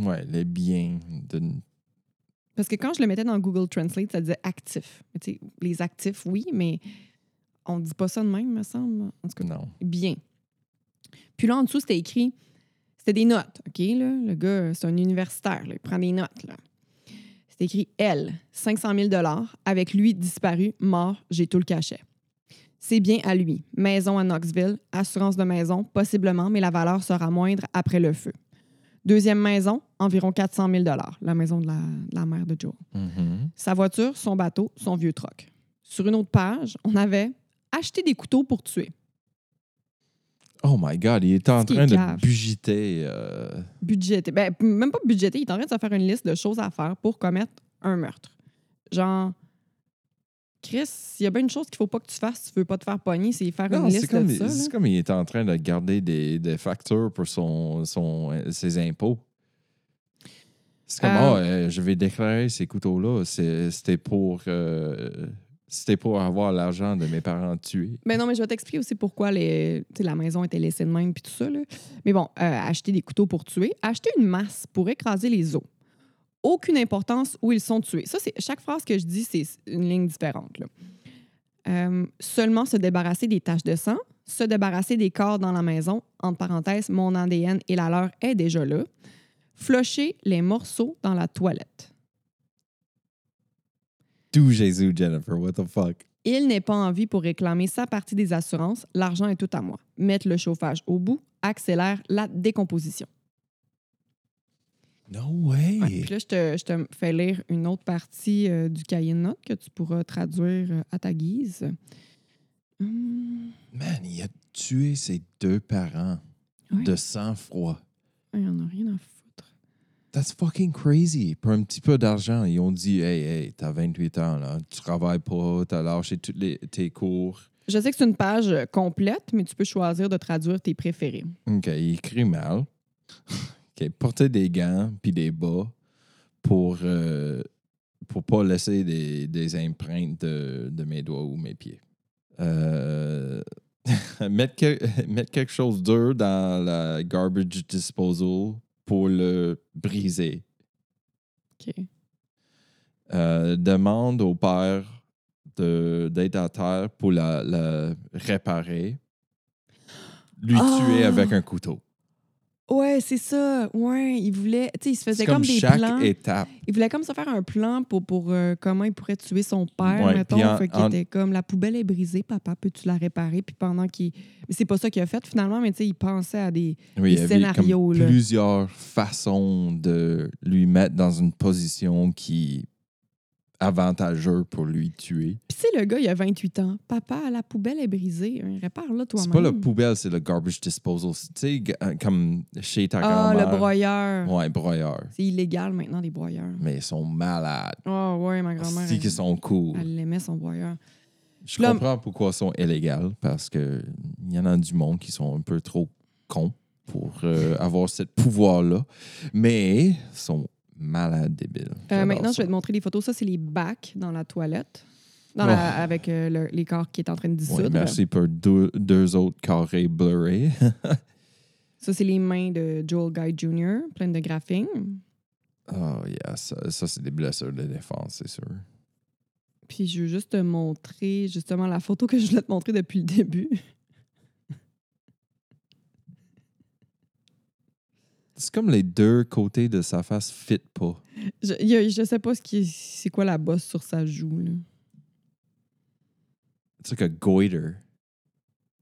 Speaker 2: Ouais, les biens. de-
Speaker 1: parce que quand je le mettais dans Google Translate, ça disait actif. Mais tu sais, les actifs, oui, mais on dit pas ça de même, me semble. En tout cas,
Speaker 2: Non.
Speaker 1: bien. Puis là, en dessous, c'était écrit, c'était des notes, OK? Là? Le gars, euh, c'est un universitaire, là, il prend des notes. Là. C'était écrit Elle, 500 000 avec lui disparu, mort, j'ai tout le cachet. C'est bien à lui. Maison à Knoxville, assurance de maison, possiblement, mais la valeur sera moindre après le feu. Deuxième maison, environ 400 000 la maison de la, de la mère de Joe
Speaker 2: Mhm.
Speaker 1: sa voiture, son bateau, son vieux troc. Sur une autre page, on avait acheté des couteaux pour tuer.
Speaker 2: Oh my God, il était en
Speaker 1: Ce qui
Speaker 2: train
Speaker 1: est
Speaker 2: de
Speaker 1: cave.
Speaker 2: bugiter. euh,
Speaker 1: Budgété. Ben, p- même pas budgété, il est en train de se faire une liste de choses à faire pour commettre un meurtre. Genre, Chris, s'il y a bien une chose qu'il faut pas que tu fasses, si tu veux pas te faire pogner, c'est faire
Speaker 2: Non,
Speaker 1: une
Speaker 2: c'est
Speaker 1: liste de
Speaker 2: comme,
Speaker 1: ça. là.
Speaker 2: c'est comme il était en train de garder des, des factures pour son, son- ses impôts. C'est comme,
Speaker 1: Ah.
Speaker 2: ah, euh, je vais déclarer ces couteaux-là. C'est- C'était pour, euh, c'était pour avoir l'argent de mes parents tués.
Speaker 1: Ben non, mais je vais t'expliquer aussi pourquoi les, tu sais, la maison était laissée de même puis tout ça. là. Mais bon, euh, acheter des couteaux pour tuer, acheter une masse pour écraser les os. Aucune importance où ils sont tués. Ça, c'est chaque phrase que je dis, c'est une ligne différente. là. Euh, seulement se débarrasser des taches de sang, se débarrasser des corps dans la maison, entre parenthèses, mon ADN et la leur est déjà là, flocher les morceaux dans la toilette.
Speaker 2: Tout Jésus, Jennifer, what the fuck?
Speaker 1: Il n'est pas en vie pour réclamer sa partie des assurances. L'argent est tout à moi. Mettre le chauffage au bout accélère la décomposition.
Speaker 2: No way!
Speaker 1: Ouais, Puis là, je te, je te fais lire une autre partie euh, du cahier de notes que tu pourras traduire euh, à ta guise. Hum,
Speaker 2: Man, il a tué ses deux parents
Speaker 1: Ouais.
Speaker 2: de sang-froid.
Speaker 1: il n'y en a rien à foutre.
Speaker 2: That's fucking crazy. Pour un petit peu d'argent, ils ont dit Hey, hey, t'as 28 ans, là. tu travailles pas, t'as lâché tous les- tes cours.
Speaker 1: Je sais que c'est une page euh, complète, mais tu peux choisir de traduire tes préférés.
Speaker 2: OK, il écrit mal. OK, porter des gants puis des bas pour, euh, pour pas laisser des, des empreintes de, de mes doigts ou mes pieds. Euh, mettre, que- mettre quelque chose dur dans la garbage disposal pour le briser.
Speaker 1: OK.
Speaker 2: Euh, demande au père de- d'être à terre pour la, la réparer. Lui tuer
Speaker 1: Ah!
Speaker 2: avec un couteau.
Speaker 1: Ouais, c'est ça. Ouais, il voulait. Tu sais, il se faisait
Speaker 2: C'est
Speaker 1: comme,
Speaker 2: comme,
Speaker 1: des
Speaker 2: chaque
Speaker 1: plans.
Speaker 2: étape.
Speaker 1: Il voulait comme se faire un plan pour, pour euh, comment il pourrait tuer son père,
Speaker 2: Ouais, puis
Speaker 1: mettons.
Speaker 2: en-
Speaker 1: fait qu'il
Speaker 2: en-
Speaker 1: était comme la poubelle est brisée, papa, peux-tu la réparer? Puis pendant qu'il. Mais c'est pas ça qu'il a fait finalement, mais tu sais, il pensait à des.
Speaker 2: Oui, il y
Speaker 1: Les
Speaker 2: avait comme
Speaker 1: scénarios, là.
Speaker 2: plusieurs façons de lui mettre dans une position qui est avantageuse pour lui tuer.
Speaker 1: Puis tu sais, le gars, il a 28 ans. Papa, la poubelle est brisée. hein, Répare-la toi-même.
Speaker 2: C'est pas la poubelle, c'est le garbage disposal. Tu sais, g- euh, comme chez ta
Speaker 1: Ah, le
Speaker 2: grand-mère.
Speaker 1: broyeur.
Speaker 2: Ouais, broyeur.
Speaker 1: C'est illégal maintenant, les broyeurs.
Speaker 2: Mais ils sont malades.
Speaker 1: Ah, ouais, ma grand-mère.
Speaker 2: C'est qu'ils
Speaker 1: Elle
Speaker 2: sont cool.
Speaker 1: elle l'aimait, son broyeur. Euh,
Speaker 2: Je
Speaker 1: Puis là-
Speaker 2: comprends pourquoi ils sont illégales, parce qu'il y en a du monde qui sont un peu trop cons pour euh, avoir ce pouvoir-là. Mais ils sont malades débiles.
Speaker 1: Euh,
Speaker 2: J'adore
Speaker 1: maintenant, je
Speaker 2: ça.
Speaker 1: vais te montrer des photos. Ça, c'est les bacs dans la toilette. Dans
Speaker 2: Oh.
Speaker 1: la- avec euh, le- les corps qui est en train de
Speaker 2: Ouais, ben,
Speaker 1: dissoudre.
Speaker 2: merci pour deux, deux autres carrés blurrés.
Speaker 1: Ça, c'est les mains de Joel Guy Jr., pleines de graphines.
Speaker 2: oh, yeah, ça, ça, c'est des blessures de défense, c'est sûr.
Speaker 1: Puis je veux juste te montrer justement la photo que je voulais te montrer depuis le début.
Speaker 2: C'est comme les deux côtés de sa face fit pas.
Speaker 1: Je, il y a- je sais pas ce qui c'est quoi la bosse sur sa joue. là.
Speaker 2: It's like a goiter.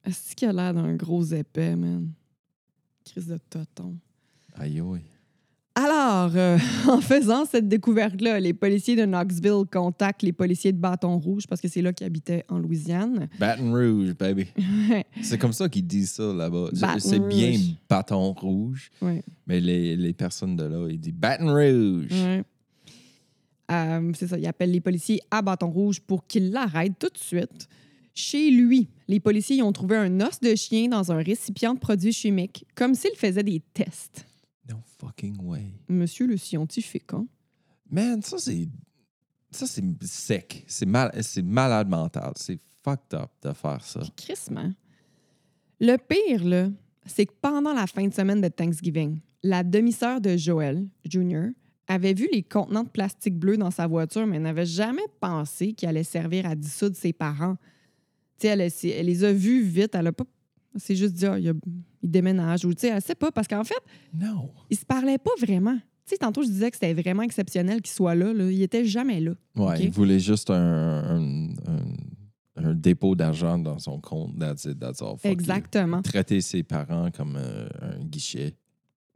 Speaker 1: Est-ce qu'il a l'air d'un gros épais, man? Crise de toton.
Speaker 2: Aïe, aïe.
Speaker 1: Alors, euh, en faisant cette découverte-là, les policiers de Knoxville contactent les policiers de Bâton Rouge parce que c'est là qu'ils habitaient en Louisiane.
Speaker 2: Baton Rouge, baby. c'est comme ça qu'ils disent ça là-bas. C'est-
Speaker 1: Baton
Speaker 2: C'est bien
Speaker 1: Rouge.
Speaker 2: bâton rouge,
Speaker 1: Ouais.
Speaker 2: mais les, les personnes de là, ils disent Baton Rouge.
Speaker 1: Ouais. Euh, c'est ça, il appelle les policiers à bâton rouge pour qu'ils l'arrêtent tout de suite. Chez lui, les policiers y ont trouvé un os de chien dans un récipient de produits chimiques, comme s'il faisait des tests.
Speaker 2: No fucking way.
Speaker 1: Monsieur le scientifique, hein?
Speaker 2: Man, ça c'est. Ça c'est sec. C'est mal, c'est malade mental. C'est fucked up de faire ça.
Speaker 1: Crissement. Le pire, là, c'est que pendant la fin de semaine de Thanksgiving, la demi-sœur de Joël, Junior, avait vu les contenants de plastique bleu dans sa voiture, mais n'avait jamais pensé qu'il allait servir à dissoudre ses parents. Tu sais, elle, elle- elle les a vus vite, elle a pas. Elle s'est juste dit, ah, il, y a- il déménage, ou tu sais, elle sait pas, parce qu'en fait,
Speaker 2: Non.
Speaker 1: ils se parlaient pas vraiment. Tu sais, tantôt, je disais que c'était vraiment exceptionnel qu'il soit là, là. Il était jamais là.
Speaker 2: Ouais,
Speaker 1: Ok.
Speaker 2: il voulait juste un, un- un- un dépôt d'argent dans son compte. That's it, that's all. Fuck you.
Speaker 1: Exactement.
Speaker 2: Traiter ses parents comme euh, un guichet.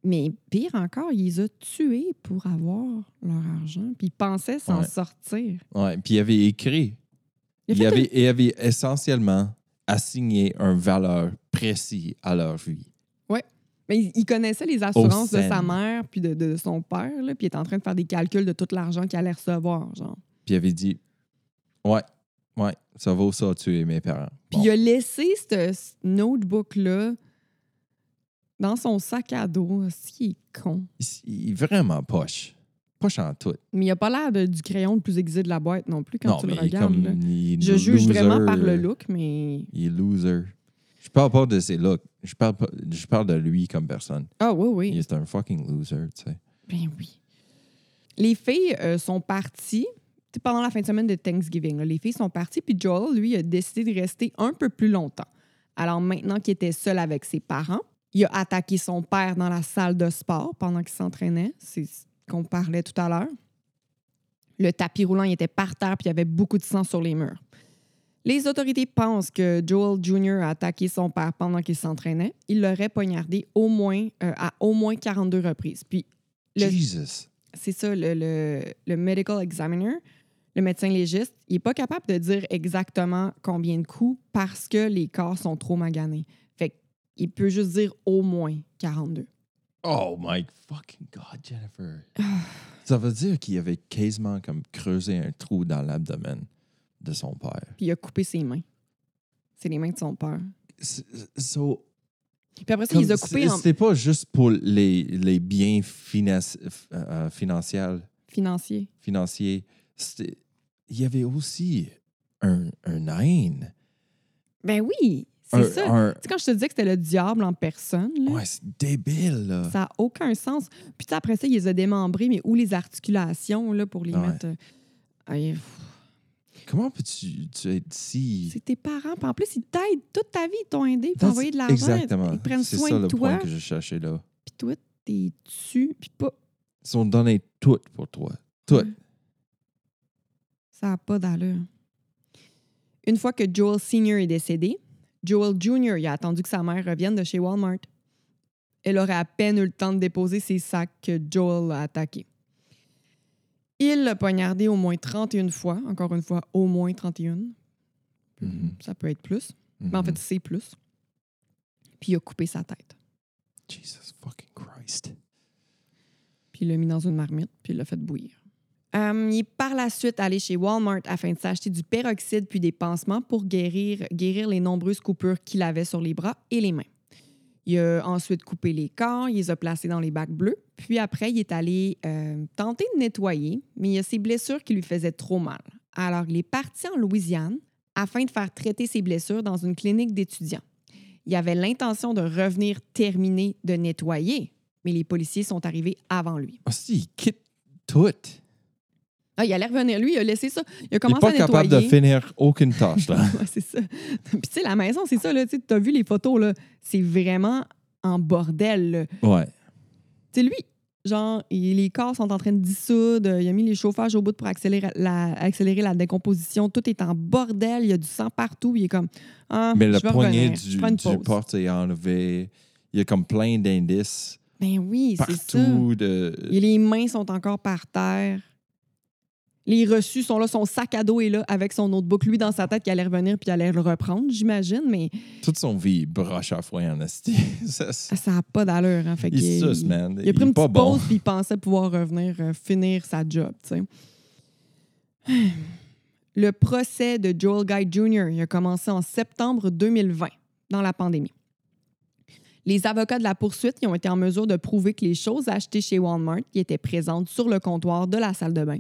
Speaker 1: Mais pire encore, il les a tués pour avoir leur argent, puis ils pensaient s'en
Speaker 2: Ouais.
Speaker 1: sortir.
Speaker 2: Ouais, puis il avait écrit.
Speaker 1: Il
Speaker 2: Il,
Speaker 1: a fait
Speaker 2: avait, il avait essentiellement assigné une valeur précise à leur vie.
Speaker 1: Mais il- il connaissait les assurances de sa
Speaker 2: scène.
Speaker 1: mère puis de, de son père, là, puis il était en train de faire des calculs de tout l'argent qu'il allait recevoir, genre.
Speaker 2: Puis il avait dit Ouais, ouais, ça vaut ça, tuer mes parents.
Speaker 1: Puis
Speaker 2: Bon.
Speaker 1: il a laissé ce ce notebook-là dans son sac à dos. Ce qui est con.
Speaker 2: Il est vraiment poche. Poche en tout.
Speaker 1: Mais il a pas l'air de- du crayon le plus aiguisé de la boîte non plus quand
Speaker 2: non,
Speaker 1: tu
Speaker 2: mais
Speaker 1: le
Speaker 2: il est
Speaker 1: regardes. là.
Speaker 2: comme. il est
Speaker 1: Je juge
Speaker 2: loser.
Speaker 1: vraiment par le look, mais.
Speaker 2: Il est loser. Je parle pas de ses looks. Je parle, pas- je parle de lui comme personne.
Speaker 1: Ah oui, oui.
Speaker 2: Il est un fucking loser, tu sais.
Speaker 1: Ben oui. Les filles euh, sont parties tu sais, pendant la fin de semaine de Thanksgiving. là, les filles sont parties, puis Joel, lui, a décidé de rester un peu plus longtemps. Alors maintenant qu'il était seul avec ses parents, il a attaqué son père dans la salle de sport pendant qu'il s'entraînait. C'est ce qu'on parlait tout à l'heure. Le tapis roulant il était par terre, puis il y avait beaucoup de sang sur les murs. Les autorités pensent que Joel Jr. a attaqué son père pendant qu'il s'entraînait. Il l'aurait poignardé au moins, euh, à au moins 42 reprises. Puis le-
Speaker 2: Jesus.
Speaker 1: c'est ça, le, le- le medical examiner, le médecin légiste, il n'est pas capable de dire exactement combien de coups parce que les corps sont trop maganés. Fait qu'il peut juste dire au moins 42.
Speaker 2: Oh my fucking God, Jennifer. ça veut dire qu'il avait quasiment comme creusé un trou dans l'abdomen de son père.
Speaker 1: Puis il a coupé ses mains. C'est les mains de son père.
Speaker 2: S- So,
Speaker 1: Puis après ça,
Speaker 2: comme
Speaker 1: il les a
Speaker 2: c-
Speaker 1: coupés en
Speaker 2: C'était pas juste pour les, les biens finas- f- euh, financiers.
Speaker 1: financiers.
Speaker 2: financiers. C'était- Il y avait aussi un, un haine.
Speaker 1: Ben oui, c'est
Speaker 2: Un-
Speaker 1: ça.
Speaker 2: un-
Speaker 1: Tu sais, quand je te disais que c'était le diable en personne, là,
Speaker 2: ouais, c'est débile, là.
Speaker 1: ça n'a aucun sens. Puis tu sais, après ça, il les a démembrés, mais où les articulations là, pour les
Speaker 2: Ouais.
Speaker 1: mettre. euh, aïe, pff,
Speaker 2: Comment peux-tu tu être si.
Speaker 1: C'est tes parents. Puis en plus, ils t'aident toute ta vie. Ils t'ont aidé. Ils t'ont envoyé de l'argent.
Speaker 2: Exactement.
Speaker 1: Ils prennent
Speaker 2: C'est
Speaker 1: soin
Speaker 2: ça
Speaker 1: de
Speaker 2: le point
Speaker 1: toi.
Speaker 2: que je cherchais là.
Speaker 1: Puis toi, t'es tu. Puis pas.
Speaker 2: Ils sont donnés tout pour toi. Tout.
Speaker 1: Ouais. Ça n'a pas d'allure. Une fois que Joel Sr. est décédé, Joel Jr. il a attendu que sa mère revienne de chez Walmart. Elle aurait à peine eu le temps de déposer ses sacs que Joel a attaqué. Il l'a poignardé au moins 31 fois. Encore une fois, au moins 31.
Speaker 2: Mhm.
Speaker 1: Ça peut être plus. Mais en
Speaker 2: Mhm.
Speaker 1: fait, c'est plus. Puis il a coupé sa tête.
Speaker 2: Jesus fucking Christ.
Speaker 1: puis il l'a mis dans une marmite, puis il l'a fait bouillir. Euh, il est par la suite allé chez Walmart afin de s'acheter du peroxyde puis des pansements pour guérir, guérir les nombreuses coupures qu'il avait sur les bras et les mains. Il a ensuite coupé les corps, il les a placés dans les bacs bleus, puis après, il est allé euh, tenter de nettoyer, mais il y a ses blessures qui lui faisaient trop mal. Alors, il est parti en Louisiane afin de faire traiter ses blessures dans une clinique d'étudiants. Il avait l'intention de revenir terminer de nettoyer, mais les policiers sont arrivés avant lui.
Speaker 2: Ah, si, il quitte tout.
Speaker 1: Ah, il allait revenir. Lui, il a laissé ça. Il a
Speaker 2: Il n'est
Speaker 1: commencé
Speaker 2: pas
Speaker 1: à nettoyer.
Speaker 2: capable de finir aucune tâche, là.
Speaker 1: Ouais, c'est ça. Puis tu sais, la maison, c'est ça. Tu as vu les photos, là. C'est vraiment en bordel. là.
Speaker 2: ouais.
Speaker 1: Tu sais, lui, genre, il- les corps sont en train de dissoudre. Il a mis les chauffages au bout pour accélérer la, accélérer la décomposition. Tout est en bordel. Il y a du sang partout. Il est comme... Ah,
Speaker 2: Mais
Speaker 1: je
Speaker 2: le
Speaker 1: vais
Speaker 2: poignet
Speaker 1: revenir. Je
Speaker 2: du,
Speaker 1: prends une
Speaker 2: du
Speaker 1: pause.
Speaker 2: porte est enlevé. Il y a comme plein d'indices
Speaker 1: Ben oui, c'est ça.
Speaker 2: partout. De...
Speaker 1: Et les mains sont encore par terre. Les reçus sont là, son sac à dos est là avec son notebook. Lui, dans sa tête, qui allait revenir puis il allait le reprendre, j'imagine, mais
Speaker 2: Toute son vie, il broche à foin en esti. Ça, c'est-
Speaker 1: ça n'a pas d'allure. hein. Fait
Speaker 2: il
Speaker 1: qu'il-
Speaker 2: suce, man.
Speaker 1: Ah, Il a pris
Speaker 2: est
Speaker 1: une
Speaker 2: pas
Speaker 1: petite
Speaker 2: bon.
Speaker 1: pause puis il pensait pouvoir revenir euh, finir sa job, tu sais. Le procès de Joel Guy Jr. il a commencé en septembre 2020, dans la pandémie. Les avocats de la poursuite ils ont été en mesure de prouver que les choses achetées chez Walmart qui étaient présentes sur le comptoir de la salle de bain.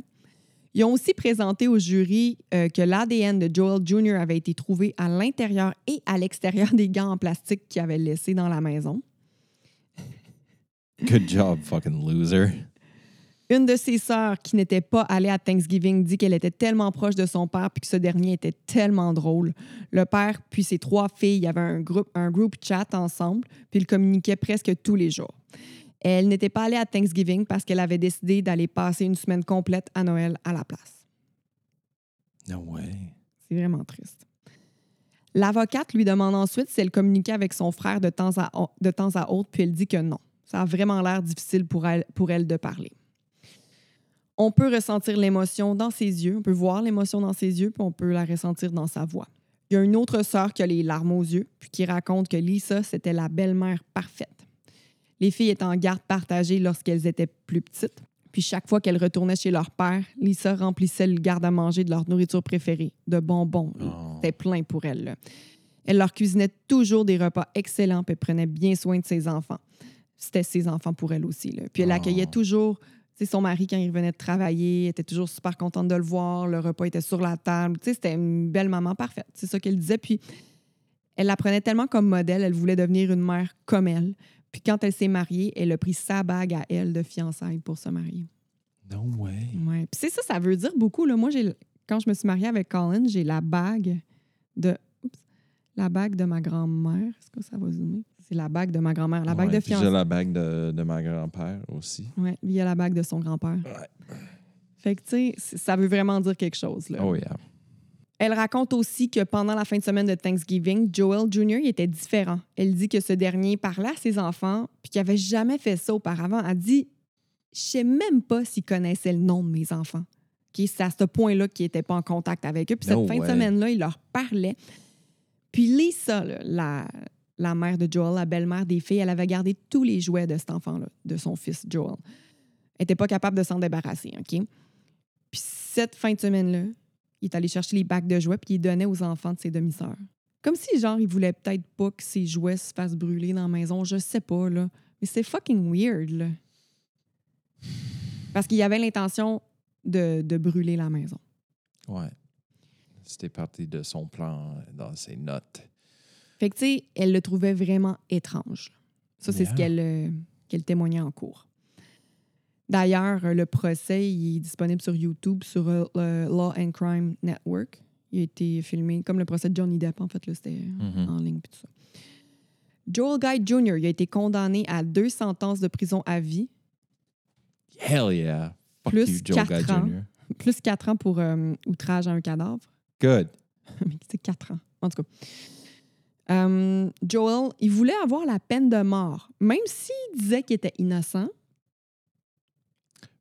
Speaker 1: Ils ont aussi présenté au jury euh, que l'ADN de Joel Jr. avait été trouvé à l'intérieur et à l'extérieur des gants en plastique qu'il avait laissés dans la maison.
Speaker 2: Good job, fucking loser.
Speaker 1: Une de ses sœurs qui n'était pas allée à Thanksgiving dit qu'elle était tellement proche de son père puis que ce dernier était tellement drôle. Le père puis ses trois filles avaient un groupe un groupe chat ensemble puis ils communiquaient presque tous les jours. Elle n'était pas allée à Thanksgiving parce qu'elle avait décidé d'aller passer une semaine complète à Noël à la place.
Speaker 2: No way.
Speaker 1: C'est vraiment triste. L'avocate lui demande ensuite si elle communiquait avec son frère de temps à, au- de temps à autre, puis elle dit que non. Ça a vraiment l'air difficile pour elle, pour elle de parler. On peut ressentir l'émotion dans ses yeux, on peut voir l'émotion dans ses yeux, puis on peut la ressentir dans sa voix. Il y a une autre sœur qui a les larmes aux yeux, puis qui raconte que Lisa, c'était la belle-mère parfaite. Les filles étaient en garde partagée lorsqu'elles étaient plus petites, puis chaque fois qu'elles retournaient chez leur père, Lisa remplissait le garde-à-manger de leur nourriture préférée, de bonbons,
Speaker 2: Oh.
Speaker 1: c'était plein pour elle. là. Elle leur cuisinait toujours des repas excellents, puis elle prenait bien soin de ses enfants. C'était ses enfants pour elle aussi. là. Puis elle
Speaker 2: Oh.
Speaker 1: accueillait toujours tu sais, son mari quand il revenait de travailler, était toujours super contente de le voir, le repas était sur la table. Tu sais, C'était une belle maman parfaite, c'est ça qu'elle disait. Puis elle la prenait tellement comme modèle, elle voulait devenir une mère comme elle. Puis quand elle s'est mariée, elle a pris sa bague à elle de fiançailles pour se marier.
Speaker 2: No way.
Speaker 1: Ouais. Puis c'est ça, ça veut dire beaucoup. Là. Moi, j'ai, quand je me suis mariée avec Colin, j'ai la bague de. oups, la bague de ma grand-mère. Est-ce que ça va zoomer? C'est la bague de ma grand-mère. La bague
Speaker 2: Ouais,
Speaker 1: de
Speaker 2: puis j'ai
Speaker 1: fiançailles.
Speaker 2: la bague de, de ma grand-père aussi.
Speaker 1: Ouais, il y a la bague de son grand-père. Fait que, tu sais, c- ça veut vraiment dire quelque chose. Là.
Speaker 2: Oh yeah.
Speaker 1: Elle raconte aussi que pendant la fin de semaine de Thanksgiving, Joel Jr. il était différent. Elle dit que ce dernier parlait à ses enfants puis qu'il n'avait jamais fait ça auparavant. Elle dit Je sais même pas s'il connaissait le nom de mes enfants. Ok, C'est à ce point-là qu'il n'était pas en contact avec eux. Puis cette
Speaker 2: No
Speaker 1: fin de
Speaker 2: way.
Speaker 1: semaine-là, il leur parlait. Puis Lisa, là, la, la mère de Joel, la belle-mère des filles, elle avait gardé tous les jouets de cet enfant-là, de son fils Joel. Elle n'était pas capable de s'en débarrasser. OK? Puis cette fin de semaine-là, il est allé chercher les bacs de jouets puis il les donnait aux enfants de ses demi-sœurs. Comme si, genre, il voulait peut-être pas que ses jouets se fassent brûler dans la maison, je sais pas, là. Mais c'est fucking weird, là. Parce qu'il avait l'intention de, de brûler la maison.
Speaker 2: Ouais. C'était parti de son plan dans ses notes.
Speaker 1: Fait que, tu sais, elle le trouvait vraiment étrange. Ça, c'est
Speaker 2: Yeah.
Speaker 1: ce qu'elle euh, qu'elle témoignait en cours. D'ailleurs, euh, le procès il est disponible sur YouTube, sur euh, le Law and Crime Network. Il a été filmé comme le procès de Johnny Depp, en fait. là, C'était en ligne puis tout ça. Joel Guy Jr. il a été condamné à deux sentences de prison à vie,
Speaker 2: Hell yeah. Fuck
Speaker 1: Plus
Speaker 2: you, Joe Guy
Speaker 1: quatre ans.
Speaker 2: Jr.
Speaker 1: plus quatre ans pour euh, outrage à un cadavre.
Speaker 2: Good.
Speaker 1: Mais c'est quatre ans. En tout cas. Euh, Joel, il voulait avoir la peine de mort, même s'il disait qu'il était innocent.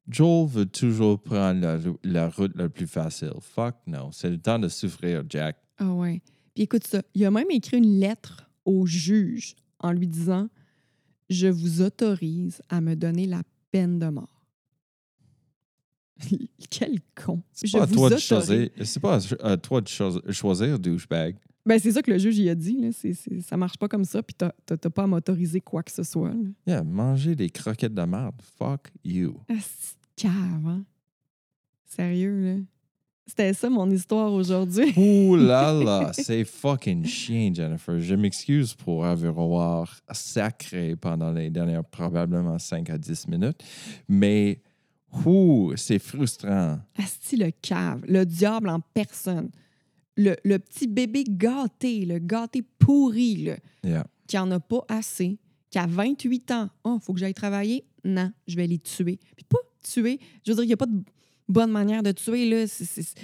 Speaker 2: Joel veut toujours prendre la, la route la plus facile. Fuck no. C'est le temps de souffrir, Jack.
Speaker 1: Ah ouais. Puis écoute ça, il a même écrit une lettre au juge en lui disant Je vous autorise à me donner la peine de mort. Quel con.
Speaker 2: C'est
Speaker 1: Je
Speaker 2: pas à
Speaker 1: vous
Speaker 2: toi de
Speaker 1: autorise.
Speaker 2: choisir. C'est pas à, à toi de cho- choisir, douchebag.
Speaker 1: Ben, c'est ça que le juge il a dit. Là. C'est, c'est- ça marche pas comme ça, puis t'as, t'as- t'as pas à m'autoriser quoi que ce soit. là.
Speaker 2: Yeah, manger des croquettes de merde. Fuck you.
Speaker 1: Ah, c'est cave, hein? Sérieux, là? C'était ça mon histoire aujourd'hui.
Speaker 2: Ouh là là, c'est fucking chien, Jennifer. Je m'excuse pour avoir sacré pendant les dernières probablement 5 à 10 minutes, mais ouh, c'est frustrant.
Speaker 1: Asti, le cave, le diable en personne. Le, le petit bébé gâté, le gâté pourri, là,
Speaker 2: Yeah.
Speaker 1: qui en a pas assez, qui a 28 ans. Oh, faut que j'aille travailler? Non, je vais les tuer. Puis pas tuer. Je veux dire, il n'y a pas de bonne manière de tuer, là. C'est- c'est-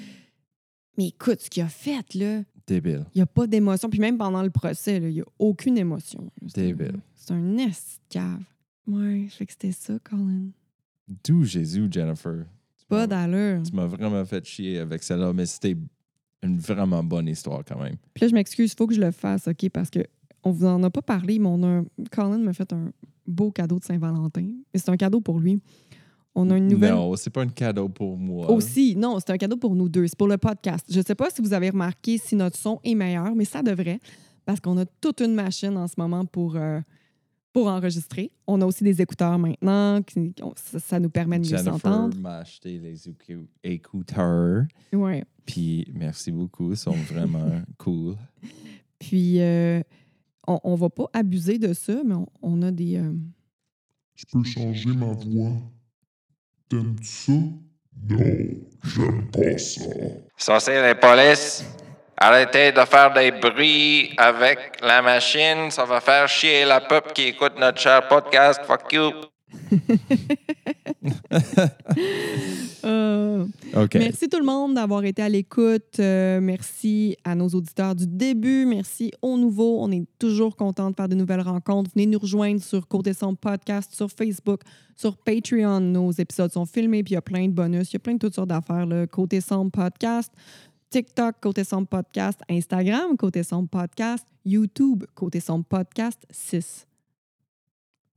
Speaker 1: Mais écoute, ce qu'il a fait, là,
Speaker 2: Débile.
Speaker 1: il n'y a pas d'émotion. Puis même pendant le procès, là, il n'y a aucune émotion. C'est-
Speaker 2: Débile.
Speaker 1: Mm. C'est un esti de cave. Ouais, fait que c'était ça, Colin.
Speaker 2: D'où Jésus, Jennifer? Tu
Speaker 1: Pas
Speaker 2: m'as-
Speaker 1: d'allure.
Speaker 2: Tu m'as vraiment fait chier avec celle-là, mais c'était une vraiment bonne histoire quand même.
Speaker 1: Puis là, je m'excuse, il faut que je le fasse, OK? Parce que on vous en a pas parlé, mais on a un- Colin m'a fait un beau cadeau de Saint-Valentin. Et c'est un cadeau pour lui. On a une nouvelle.
Speaker 2: Non, c'est pas un cadeau pour moi.
Speaker 1: Aussi, non, c'est un cadeau pour nous deux. C'est pour le podcast. Je sais pas si vous avez remarqué si notre son est meilleur, mais ça devrait. Parce qu'on a toute une machine en ce moment pour, euh, pour enregistrer. On a aussi des écouteurs maintenant, qui, qui ont- ça, ça nous permet de mieux
Speaker 2: Jennifer
Speaker 1: s'entendre.
Speaker 2: m'a acheté les écou- écouteurs.
Speaker 1: Ouais.
Speaker 2: Puis merci beaucoup, ils sont vraiment cool.
Speaker 1: Puis, euh, on, on va pas abuser de ça, mais on, on a des. euh,
Speaker 3: Je peux changer ma voix. T'aimes-tu ça? Non, j'aime pas ça.
Speaker 4: Ça, c'est les polices. Arrêtez de faire des bruits avec la machine. Ça va faire chier la peuple qui écoute notre cher podcast. Fuck you.
Speaker 1: euh,
Speaker 2: OK.
Speaker 1: Merci tout le monde d'avoir été à l'écoute. Euh, merci à nos auditeurs du début. Merci aux nouveaux. On est toujours content de faire de nouvelles rencontres. Venez nous rejoindre sur Côte des Sombres Podcast, sur Facebook, sur Patreon. Nos épisodes sont filmés, puis il y a plein de bonus. Il y a plein de toutes sortes d'affaires. là. Côté Sombre Podcast, TikTok, Côté Sombre Podcast, Instagram, Côté Sombre Podcast, YouTube, Côté Sombre Podcast 6.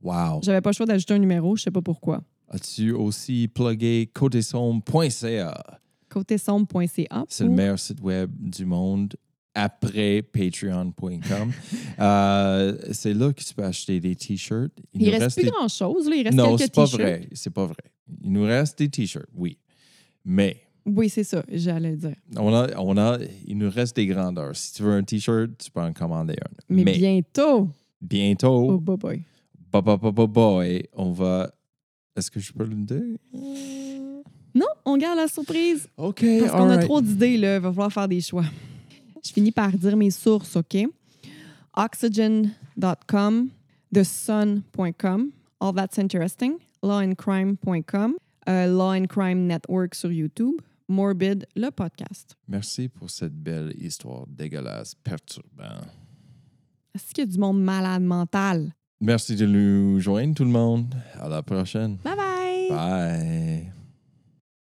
Speaker 2: Wow.
Speaker 1: J'avais pas le choix d'ajouter un numéro, je sais pas pourquoi.
Speaker 2: As-tu aussi plugué côtesombre.ca?
Speaker 1: Côté sombre.ca.
Speaker 2: C'est le meilleur site web du monde après patreon.com. Euh, c'est là que tu peux acheter des t-shirts.
Speaker 1: Il
Speaker 2: nous
Speaker 1: reste, plus
Speaker 2: des-
Speaker 1: grand-chose. là. Il reste
Speaker 2: Non,
Speaker 1: quelques
Speaker 2: c'est pas
Speaker 1: t-shirts.
Speaker 2: vrai. C'est pas vrai. Il nous reste des t-shirts, oui. Mais
Speaker 1: Oui, c'est ça, j'allais le dire.
Speaker 2: on a, on a, il nous reste des grandeurs. Si tu veux un t-shirt, tu peux en commander un.
Speaker 1: Mais, bientôt,
Speaker 2: bientôt,
Speaker 1: oh boy, boy.
Speaker 2: Ba, ba, ba, ba, boy, on va. Est-ce que je peux le dire?
Speaker 1: Non, on garde la surprise
Speaker 2: OK.
Speaker 1: parce qu'on a
Speaker 2: alright.
Speaker 1: trop d'idées, là. Il va falloir faire des choix. Je finis par dire mes sources, OK? Oxygen.com, TheSun.com, All That's Interesting, LawandCrime.com, euh, Law and Crime Network sur YouTube, Morbid, le podcast.
Speaker 2: Merci pour cette belle histoire dégueulasse, perturbante.
Speaker 1: Est-ce qu'il y a du monde malade mental?
Speaker 2: 嗯 Merci de nous joindre, tout le monde. À la prochaine.
Speaker 1: Bye bye!
Speaker 2: Bye.